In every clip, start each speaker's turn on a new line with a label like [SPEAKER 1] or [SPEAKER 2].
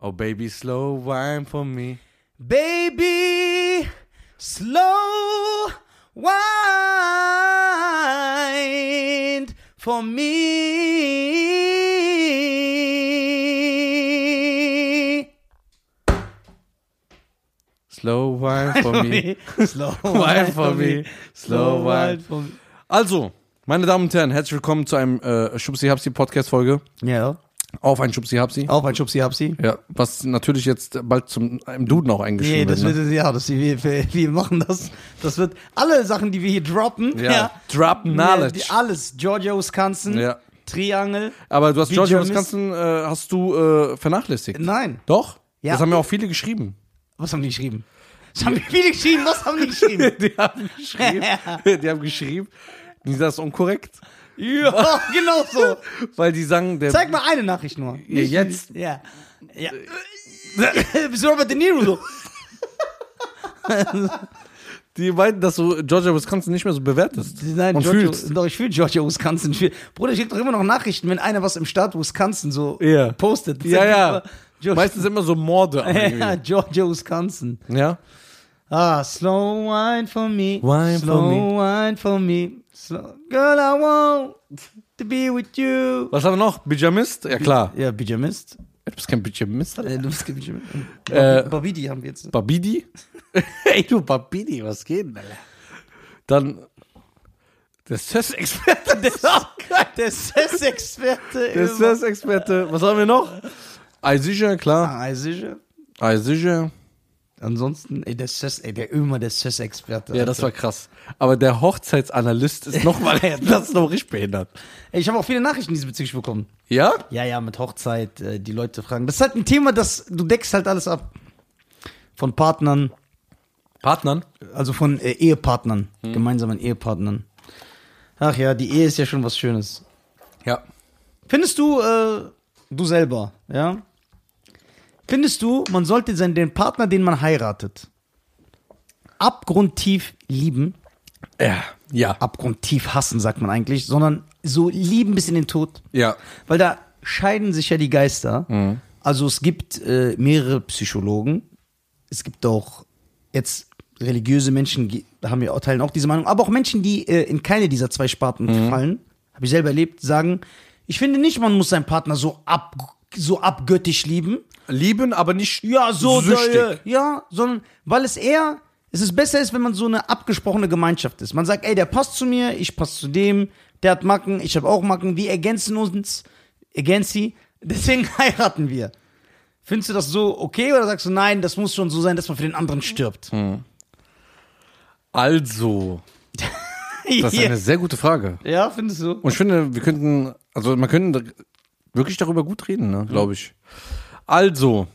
[SPEAKER 1] Oh baby, slow wine for me.
[SPEAKER 2] Baby, slow wind for me.
[SPEAKER 1] Slow wine for me.
[SPEAKER 2] Slow
[SPEAKER 1] Wine for me. Slow wine
[SPEAKER 2] for me.
[SPEAKER 1] Also, meine Damen und Herren, herzlich willkommen zu einem äh, Schubsi Hapsi Podcast Folge.
[SPEAKER 2] Ja,
[SPEAKER 1] Auf ein Schubsi Hapsi.
[SPEAKER 2] auch ein Schubsi-Hapsi.
[SPEAKER 1] Ja, was natürlich jetzt bald zum im Duden auch eingeschrieben
[SPEAKER 2] Nee, das
[SPEAKER 1] wird.
[SPEAKER 2] wird,
[SPEAKER 1] Ne?
[SPEAKER 2] ja, das, wir, wir wir machen das. Das wird alle Sachen, die wir hier droppen.
[SPEAKER 1] Ja. Drop knowledge.
[SPEAKER 2] Die, alles. Georgia, Wisconsin.
[SPEAKER 1] Ja.
[SPEAKER 2] Triangle.
[SPEAKER 1] Aber du hast
[SPEAKER 2] Wie
[SPEAKER 1] Georgia
[SPEAKER 2] German-
[SPEAKER 1] Wisconsin äh, hast du äh, vernachlässigt.
[SPEAKER 2] Nein.
[SPEAKER 1] Doch?
[SPEAKER 2] Ja.
[SPEAKER 1] Das haben ja auch viele geschrieben.
[SPEAKER 2] Was haben die geschrieben? Was haben die viele geschrieben? Was haben die geschrieben?
[SPEAKER 1] Die haben geschrieben. die haben geschrieben. Die das ist unkorrekt,
[SPEAKER 2] ja, genau so.
[SPEAKER 1] weil die sagen, der
[SPEAKER 2] Zeig mal eine Nachricht nur.
[SPEAKER 1] Ja, jetzt.
[SPEAKER 2] Ja. ja. Bist du Robert De Niro so?
[SPEAKER 1] die meinten, dass du Georgia Wisconsin nicht mehr so bewertest
[SPEAKER 2] Nein,
[SPEAKER 1] und
[SPEAKER 2] Georgia,
[SPEAKER 1] fühlst.
[SPEAKER 2] Doch, ich fühle Georgia Wisconsin. Ich fühl, Bruder, ich krieg doch immer noch Nachrichten, wenn einer was im Staat Wisconsin so
[SPEAKER 1] Ja.
[SPEAKER 2] postet.
[SPEAKER 1] Ja, ja.
[SPEAKER 2] Georgia,
[SPEAKER 1] Meistens immer so Morde. aber
[SPEAKER 2] ja,
[SPEAKER 1] irgendwie.
[SPEAKER 2] Georgia, Wisconsin.
[SPEAKER 1] ja.
[SPEAKER 2] Ah, slow wine for me.
[SPEAKER 1] Wine for
[SPEAKER 2] slow
[SPEAKER 1] me.
[SPEAKER 2] wine for me. Slow. Girl, I want to be with you.
[SPEAKER 1] Was haben wir noch? Bijamist? Ja klar.
[SPEAKER 2] Ja, Bijamist.
[SPEAKER 1] Du bist kein Bijamist.
[SPEAKER 2] Äh, Du bist kein Bijamist.
[SPEAKER 1] Äh,
[SPEAKER 2] Äh, Babidi haben wir jetzt.
[SPEAKER 1] Babidi? Ey, du Babidi, was geht denn, Alter? Dann der Sess-Experte. Der
[SPEAKER 2] Der Sess-Experte.
[SPEAKER 1] Sess-Experte. Was haben wir noch? Eisiger, klar.
[SPEAKER 2] Ah, sicher.
[SPEAKER 1] Eisiger.
[SPEAKER 2] Ansonsten, ey, der Sess, ey, der immer der Sess-Experte.
[SPEAKER 1] Ja, das war krass. Aber der Hochzeitsanalyst ist noch mal, das ist noch richtig behindert.
[SPEAKER 2] Ey, ich habe auch viele Nachrichten diesbezüglich bekommen.
[SPEAKER 1] Ja?
[SPEAKER 2] Ja, ja, mit Hochzeit, äh, die Leute fragen. Das ist halt ein Thema, das, du deckst halt alles ab. Von Partnern,
[SPEAKER 1] Partnern?
[SPEAKER 2] also von äh, Ehepartnern, gemeinsamen Ehepartnern. Ach ja, die Ehe ist ja schon was Schönes.
[SPEAKER 1] Ja.
[SPEAKER 2] Findest du, äh, du selber, ja? Findest du, man sollte seinen, den Partner, den man heiratet, abgrundtief lieben?
[SPEAKER 1] Ja. Ja.
[SPEAKER 2] Abgrundtief hassen, sagt man eigentlich, sondern so lieben bis in den Tod.
[SPEAKER 1] Ja.
[SPEAKER 2] Weil da scheiden sich ja die Geister. Also es gibt äh, mehrere Psychologen. Es gibt auch jetzt religiöse Menschen, die haben ja auch- teilen auch diese Meinung, aber auch Menschen, die äh, in keine dieser zwei Sparten fallen, habe ich selber erlebt, sagen, ich finde nicht, man muss seinen Partner so ab so abgöttisch lieben.
[SPEAKER 1] Lieben, aber nicht
[SPEAKER 2] Ja, so
[SPEAKER 1] süchtig.
[SPEAKER 2] ja, ja, sondern weil es eher es ist besser ist, wenn man so eine abgesprochene Gemeinschaft ist. Man sagt, ey, der passt zu mir, ich passe zu dem, der hat Macken, ich habe auch Macken, wir ergänzen uns, ergänzen sie, deswegen heiraten wir. Findest du das so okay oder sagst du, nein, das muss schon so sein, dass man für den anderen stirbt?
[SPEAKER 1] Hm, Also, das ist eine sehr gute Frage.
[SPEAKER 2] ja, findest du?
[SPEAKER 1] Und ich finde, wir könnten, also man könnte da- wirklich darüber gut reden, ne, glaube ich. Also,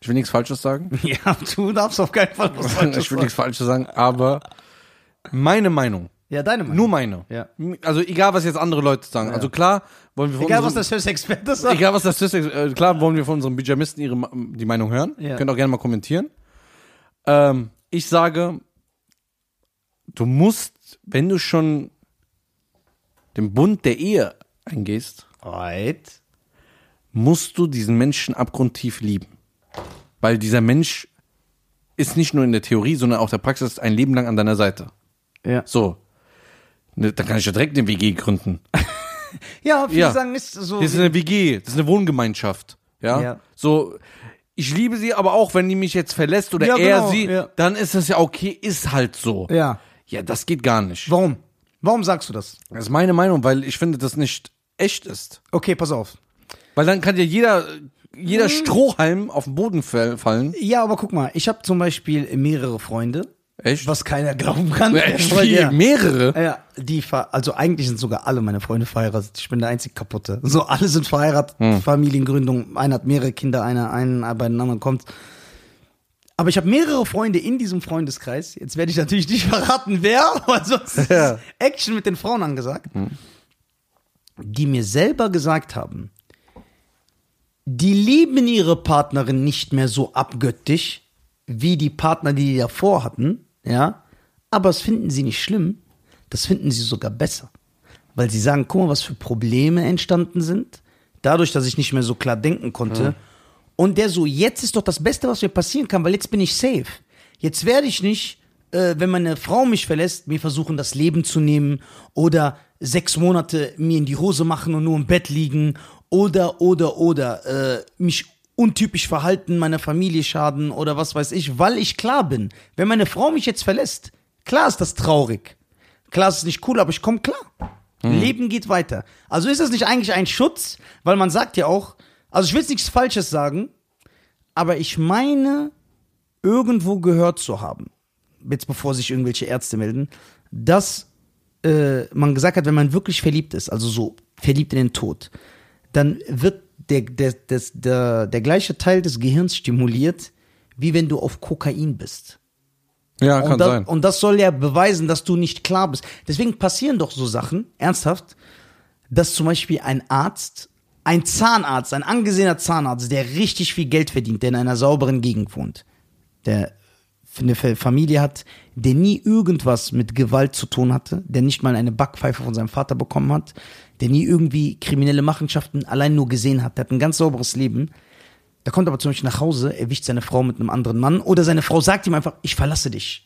[SPEAKER 1] ich will nichts Falsches sagen.
[SPEAKER 2] Ja, du darfst auf keinen Fall was Falsches
[SPEAKER 1] Ich will
[SPEAKER 2] sagen.
[SPEAKER 1] nichts Falsches sagen, aber meine Meinung,
[SPEAKER 2] Ja, deine Meinung.
[SPEAKER 1] nur meine.
[SPEAKER 2] Ja.
[SPEAKER 1] Also egal, was jetzt andere Leute sagen. Also klar, wollen wir von
[SPEAKER 2] Egal, was
[SPEAKER 1] unserem-
[SPEAKER 2] das für ein Experte sagt.
[SPEAKER 1] egal was das ist, äh, klar wollen wir von unseren Pyjamisten ihre Ma- die Meinung hören.
[SPEAKER 2] Ja.
[SPEAKER 1] Könnt auch gerne mal kommentieren. Ähm, ich sage, du musst, wenn du schon den Bund der Ehe eingehst,
[SPEAKER 2] Right.
[SPEAKER 1] musst du diesen Menschen abgrundtief lieben. Weil dieser Mensch ist nicht nur in der Theorie, sondern auch der Praxis ein Leben lang an deiner Seite.
[SPEAKER 2] Ja.
[SPEAKER 1] So. Ne, dann kann ich ja direkt eine WG gründen.
[SPEAKER 2] Ja, viele
[SPEAKER 1] Ja.
[SPEAKER 2] sagen, ist so.
[SPEAKER 1] Das ist eine WG, das ist eine Wohngemeinschaft. Ja.
[SPEAKER 2] Ja.
[SPEAKER 1] So. Ich liebe sie, aber auch wenn die mich jetzt verlässt oder
[SPEAKER 2] Ja,
[SPEAKER 1] er
[SPEAKER 2] genau,
[SPEAKER 1] sie,
[SPEAKER 2] ja.
[SPEAKER 1] dann ist das ja okay, ist halt so.
[SPEAKER 2] ja.
[SPEAKER 1] Ja, das geht gar nicht.
[SPEAKER 2] Warum? Warum sagst du das?
[SPEAKER 1] Das ist meine Meinung, weil ich finde, das nicht echt ist.
[SPEAKER 2] Okay, pass auf.
[SPEAKER 1] Weil dann kann ja jeder,
[SPEAKER 2] Hm.
[SPEAKER 1] jeder Strohhalm auf den Boden fall- fallen.
[SPEAKER 2] Ja, aber guck mal, ich habe zum Beispiel mehrere Freunde,
[SPEAKER 1] Echt?
[SPEAKER 2] was Äh, keiner glauben kann.
[SPEAKER 1] Ja, echt
[SPEAKER 2] Aber
[SPEAKER 1] viel,
[SPEAKER 2] ja.
[SPEAKER 1] mehrere.
[SPEAKER 2] Ja, die ver also eigentlich sind sogar alle meine Freunde verheiratet. Ich bin der einzige kaputte. So, alle sind verheiratet,
[SPEAKER 1] Hm.
[SPEAKER 2] Familiengründung, einer hat mehrere Kinder, einer einen, bei den anderen kommt. Aber ich habe mehrere Freunde in diesem Freundeskreis. Jetzt werde ich natürlich nicht verraten, wer, weil sonst ist
[SPEAKER 1] Ja. Hm.
[SPEAKER 2] Action mit den Frauen angesagt, die mir selber gesagt haben, die lieben ihre Partnerin nicht mehr so abgöttisch wie die Partner, die die davor hatten, ja. Aber das finden sie nicht schlimm, das finden sie sogar besser. Weil sie sagen, guck mal, was für Probleme entstanden sind, dadurch, dass ich nicht mehr so klar denken konnte. Und der so, jetzt ist doch das Beste, was mir passieren kann, weil jetzt bin ich safe. Jetzt werde ich nicht, äh, wenn meine Frau mich verlässt, mir versuchen, das Leben zu nehmen oder sechs Monate mir in die Hose machen und nur im Bett liegen oder, oder, oder äh, mich untypisch verhalten, meiner Familie schaden oder was weiß ich, weil ich klar bin. Wenn meine Frau mich jetzt verlässt, klar ist das traurig. Klar ist es nicht cool, aber ich komme klar. Leben geht weiter. Also ist das nicht eigentlich ein Schutz? Weil man sagt ja auch, also ich will jetzt nichts Falsches sagen, aber ich meine, irgendwo gehört zu haben, jetzt bevor sich irgendwelche Ärzte melden, dass äh, man gesagt hat, wenn man wirklich verliebt ist, also so verliebt in den Tod, dann wird der, der, der, der, der gleiche Teil des Gehirns stimuliert, wie wenn du auf Kokain bist.
[SPEAKER 1] Ja,
[SPEAKER 2] Und
[SPEAKER 1] kann
[SPEAKER 2] das,
[SPEAKER 1] sein.
[SPEAKER 2] Und das soll ja beweisen, dass du nicht klar bist. Deswegen passieren doch so Sachen, ernsthaft, dass zum Beispiel ein Arzt, ein Zahnarzt, ein angesehener Zahnarzt, der richtig viel Geld verdient, der in einer sauberen Gegend wohnt, der eine Fa- Familie hat, der nie irgendwas mit Gewalt zu tun hatte, der nicht mal eine Backpfeife von seinem Vater bekommen hat, der nie irgendwie kriminelle Machenschaften allein nur gesehen hat, der hat ein ganz sauberes Leben, da kommt aber zum Beispiel nach Hause, erwischt seine Frau mit einem anderen Mann oder seine Frau sagt ihm einfach, ich verlasse dich.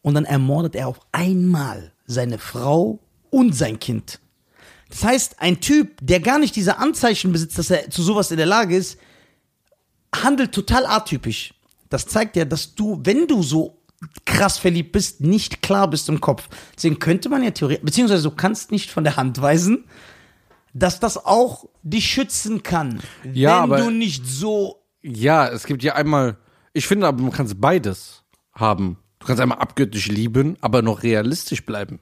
[SPEAKER 2] Und dann ermordet er auf einmal seine Frau und sein Kind. Das heißt, ein Typ, der gar nicht diese Anzeichen besitzt, dass er zu sowas in der Lage ist, handelt total atypisch. Das zeigt ja, dass du, wenn du so krass verliebt bist, nicht klar bist im Kopf. Deswegen könnte man ja theoretisch, beziehungsweise du kannst nicht von der Hand weisen, dass das auch dich schützen kann,
[SPEAKER 1] Ja,
[SPEAKER 2] wenn
[SPEAKER 1] aber-
[SPEAKER 2] du nicht so
[SPEAKER 1] Ja, es gibt ja einmal, ich finde, aber man kann es beides haben. Du kannst einmal abgöttisch lieben, aber noch realistisch bleiben.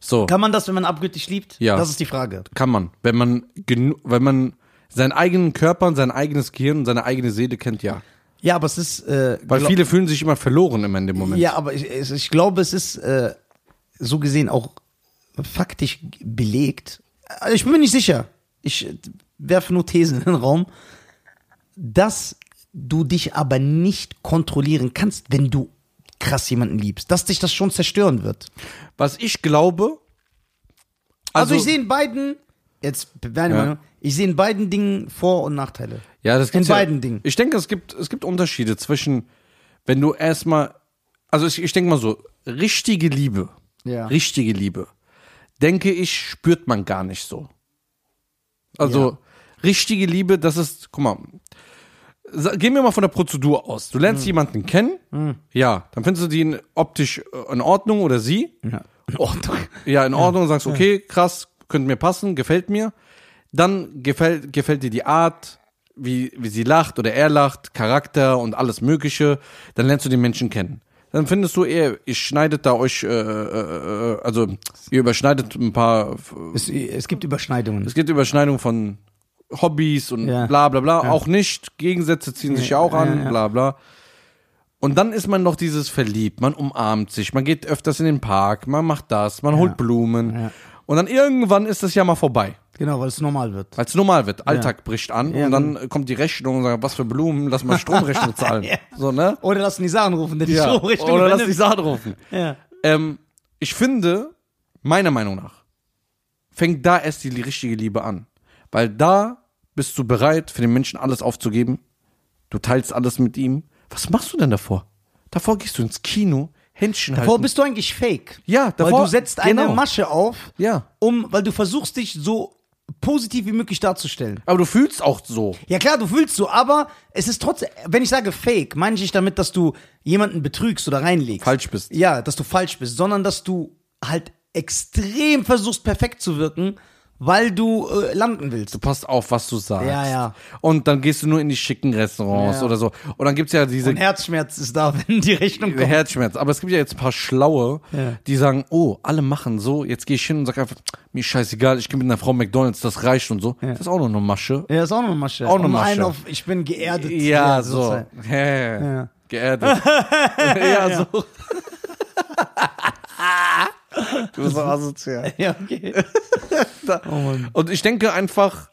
[SPEAKER 1] So, kann,
[SPEAKER 2] Kann man das, wenn man abgöttisch liebt?
[SPEAKER 1] Ja.
[SPEAKER 2] Das ist die Frage.
[SPEAKER 1] man. Wenn man, genu- wenn man seinen eigenen Körper und sein eigenes Gehirn und seine eigene Seele kennt, ja.
[SPEAKER 2] Ja, aber es ist. Äh,
[SPEAKER 1] Weil
[SPEAKER 2] glau-
[SPEAKER 1] viele fühlen sich immer verloren immer in dem Moment.
[SPEAKER 2] Ja, aber ich, es- ich glaube, es ist äh, so gesehen auch faktisch belegt. Also Ich bin mir nicht sicher. Ich äh, werfe nur Thesen in den Raum, dass du dich aber nicht kontrollieren kannst, wenn du krass jemanden liebst, dass dich das schon zerstören wird.
[SPEAKER 1] Was ich glaube,
[SPEAKER 2] Also, ich sehe in beiden, jetzt deine
[SPEAKER 1] Ja.
[SPEAKER 2] Meinung, ich sehe in beiden Dingen Vor- und Nachteile.
[SPEAKER 1] Ja, das gibt's
[SPEAKER 2] In
[SPEAKER 1] ja.
[SPEAKER 2] beiden Dingen.
[SPEAKER 1] Ich denke, es gibt, es gibt Unterschiede zwischen, wenn du erstmal, also ich, ich denke mal so, richtige Liebe,
[SPEAKER 2] Ja.
[SPEAKER 1] richtige Liebe, denke ich, spürt man gar nicht so. Also richtige Liebe, das ist, guck mal, sa- gehen wir mal von der Prozedur aus. Du
[SPEAKER 2] Hm.
[SPEAKER 1] lernst jemanden kennen, ja, dann findest du den optisch äh, in Ordnung oder sie,
[SPEAKER 2] Ja. In
[SPEAKER 1] Oh,
[SPEAKER 2] Ordnung.
[SPEAKER 1] ja, in Ordnung, sagst, okay, krass, könnte mir passen, gefällt mir. Dann gefällt, gefällt dir die Art, wie, wie sie lacht oder er lacht, Charakter und alles Mögliche. Dann lernst du den Menschen kennen. Dann findest du eher, ihr schneidet da euch, äh, äh, äh, also ihr überschneidet ein paar,
[SPEAKER 2] Es, es gibt Überschneidungen.
[SPEAKER 1] es gibt Überschneidungen von Hobbys und
[SPEAKER 2] Ja.
[SPEAKER 1] bla bla bla, auch nicht. Gegensätze ziehen sich ja auch an,
[SPEAKER 2] ja, ja.
[SPEAKER 1] bla bla. Und dann ist man noch dieses verliebt, man umarmt sich, man geht öfters in den Park, man macht das, man holt Blumen.
[SPEAKER 2] Ja.
[SPEAKER 1] Und dann irgendwann ist das ja mal vorbei,
[SPEAKER 2] Genau, weil es normal wird.
[SPEAKER 1] weil es normal wird. Alltag bricht an
[SPEAKER 2] Ja,
[SPEAKER 1] und dann äh, kommt die Rechnung und sagt, was für Blumen, lass mal Stromrechnung zahlen.
[SPEAKER 2] Ja.
[SPEAKER 1] So, ne?
[SPEAKER 2] Oder lass Nisa anrufen, der die
[SPEAKER 1] Ja.
[SPEAKER 2] Stromrechnung
[SPEAKER 1] Oder lass
[SPEAKER 2] übernimmt.
[SPEAKER 1] dich Saat rufen.
[SPEAKER 2] Ja.
[SPEAKER 1] Ähm, ich finde, meiner Meinung nach, fängt da erst die richtige Liebe an. Weil da bist du bereit, für den Menschen alles aufzugeben. Du teilst alles mit ihm. Was machst du denn davor? Davor gehst du ins Kino, Händchen
[SPEAKER 2] Davor
[SPEAKER 1] halten.
[SPEAKER 2] bist du eigentlich fake.
[SPEAKER 1] Ja, davor-
[SPEAKER 2] Weil du setzt
[SPEAKER 1] genau.
[SPEAKER 2] eine Masche auf,
[SPEAKER 1] Ja.
[SPEAKER 2] um, weil du versuchst, dich so positiv wie möglich darzustellen.
[SPEAKER 1] Aber du fühlst auch so.
[SPEAKER 2] Ja klar, du fühlst so, aber es ist trotzdem, wenn ich sage fake, meine ich nicht damit, dass du jemanden betrügst oder reinlegst.
[SPEAKER 1] Falsch bist.
[SPEAKER 2] Ja, dass du falsch bist, sondern dass du halt extrem versuchst, perfekt zu wirken, weil du äh, landen willst.
[SPEAKER 1] Du passt auf, was du sagst.
[SPEAKER 2] Ja, ja.
[SPEAKER 1] Und dann gehst du nur in die schicken Restaurants
[SPEAKER 2] Ja.
[SPEAKER 1] oder so. Und dann gibt's ja diese
[SPEAKER 2] Und Herzschmerz ist da, wenn die Rechnung kommt.
[SPEAKER 1] Herzschmerz. Aber es gibt ja jetzt ein paar Schlaue,
[SPEAKER 2] Ja.
[SPEAKER 1] die sagen, oh, alle machen so, jetzt gehe ich hin und sage einfach, mir ist scheißegal, ich gehe mit einer Frau McDonalds, das reicht und so. Das ist auch nur eine Masche.
[SPEAKER 2] Ja, ist auch noch eine Masche.
[SPEAKER 1] Auch eine
[SPEAKER 2] Um
[SPEAKER 1] Masche.
[SPEAKER 2] einen auf, ich bin geerdet.
[SPEAKER 1] Ja, so.
[SPEAKER 2] sozusagen.
[SPEAKER 1] Hä?
[SPEAKER 2] Ja.
[SPEAKER 1] Geerdet. ja, so. du bist so asozial.
[SPEAKER 2] Ja, okay. oh Mann.
[SPEAKER 1] Und ich denke einfach,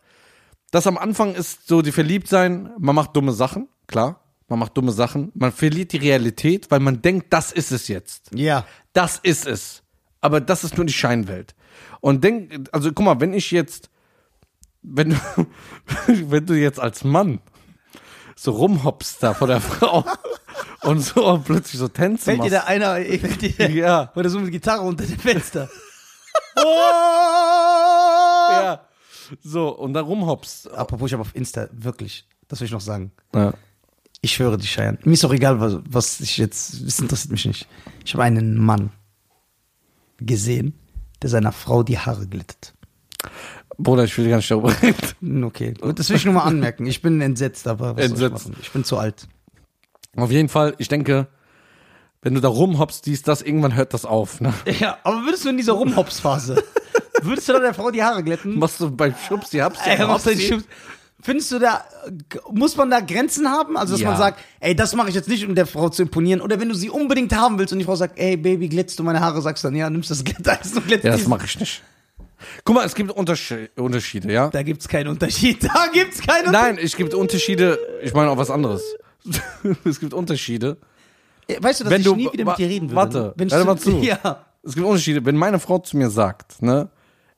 [SPEAKER 1] dass am Anfang ist so die Verliebtsein, man macht dumme Sachen, klar. Man macht dumme Sachen. Man verliert die Realität, weil man denkt, das ist es jetzt.
[SPEAKER 2] Ja.
[SPEAKER 1] Das ist es. Aber das ist nur die Scheinwelt. Und denk, also guck mal, wenn ich jetzt, wenn, du- wenn du jetzt als Mann so rumhopst da vor der Frau und so und plötzlich so Tänze
[SPEAKER 2] Fällt dir
[SPEAKER 1] machst.
[SPEAKER 2] da einer fällt dir,
[SPEAKER 1] Ja.
[SPEAKER 2] oder so mit Gitarre unter dem Fenster? Ah!
[SPEAKER 1] ja. So, und da rumhopst.
[SPEAKER 2] Apropos, ich habe auf Insta, wirklich, das will ich noch sagen.
[SPEAKER 1] Ja.
[SPEAKER 2] Ich höre dich, Cheyenne. Mir ist doch egal, was, was ich jetzt, das interessiert mich nicht. Ich habe einen Mann gesehen, der seiner Frau die Haare glättet.
[SPEAKER 1] Bruder, ich will gar nicht darüber reden.
[SPEAKER 2] Hm, Okay, gut, das will ich nur mal anmerken. Ich bin entsetzt, aber was soll ich
[SPEAKER 1] Entsetzt.
[SPEAKER 2] machen? Ich bin zu alt.
[SPEAKER 1] Auf jeden Fall, ich denke, wenn du da rumhopst, dies, das, irgendwann hört das auf. Ne?
[SPEAKER 2] Ja, aber würdest du in dieser Rumhops-Phase, würdest du da der Frau die Haare glätten?
[SPEAKER 1] Machst du beim Schubs, die hab's
[SPEAKER 2] Ey, was denn Chips? Findest du da, g- muss man da Grenzen haben? Also, dass
[SPEAKER 1] Ja.
[SPEAKER 2] man sagt, ey, das mache ich jetzt nicht, um der Frau zu imponieren. Oder wenn du sie unbedingt haben willst und die Frau sagt, ey, Baby, glitzt du meine Haare, sagst du dann, ja, nimmst das Glitteis und glitzt
[SPEAKER 1] Ja, das
[SPEAKER 2] dies.
[SPEAKER 1] mache ich nicht. Guck mal, es gibt Untersche Unterschiede, ja?
[SPEAKER 2] Da gibt's keinen Unterschied. Da gibt's keinen Unterschied.
[SPEAKER 1] Nein, es gibt Unterschiede. Ich meine auch was anderes. es gibt Unterschiede.
[SPEAKER 2] Ey, Weißt du, dass
[SPEAKER 1] Wenn
[SPEAKER 2] ich
[SPEAKER 1] du-
[SPEAKER 2] nie wieder
[SPEAKER 1] wa-
[SPEAKER 2] mit dir reden würde?
[SPEAKER 1] warte,
[SPEAKER 2] wenn ich
[SPEAKER 1] hör mal zu.
[SPEAKER 2] Ja.
[SPEAKER 1] Es gibt Unterschiede. Wenn meine Frau zu mir sagt, ne,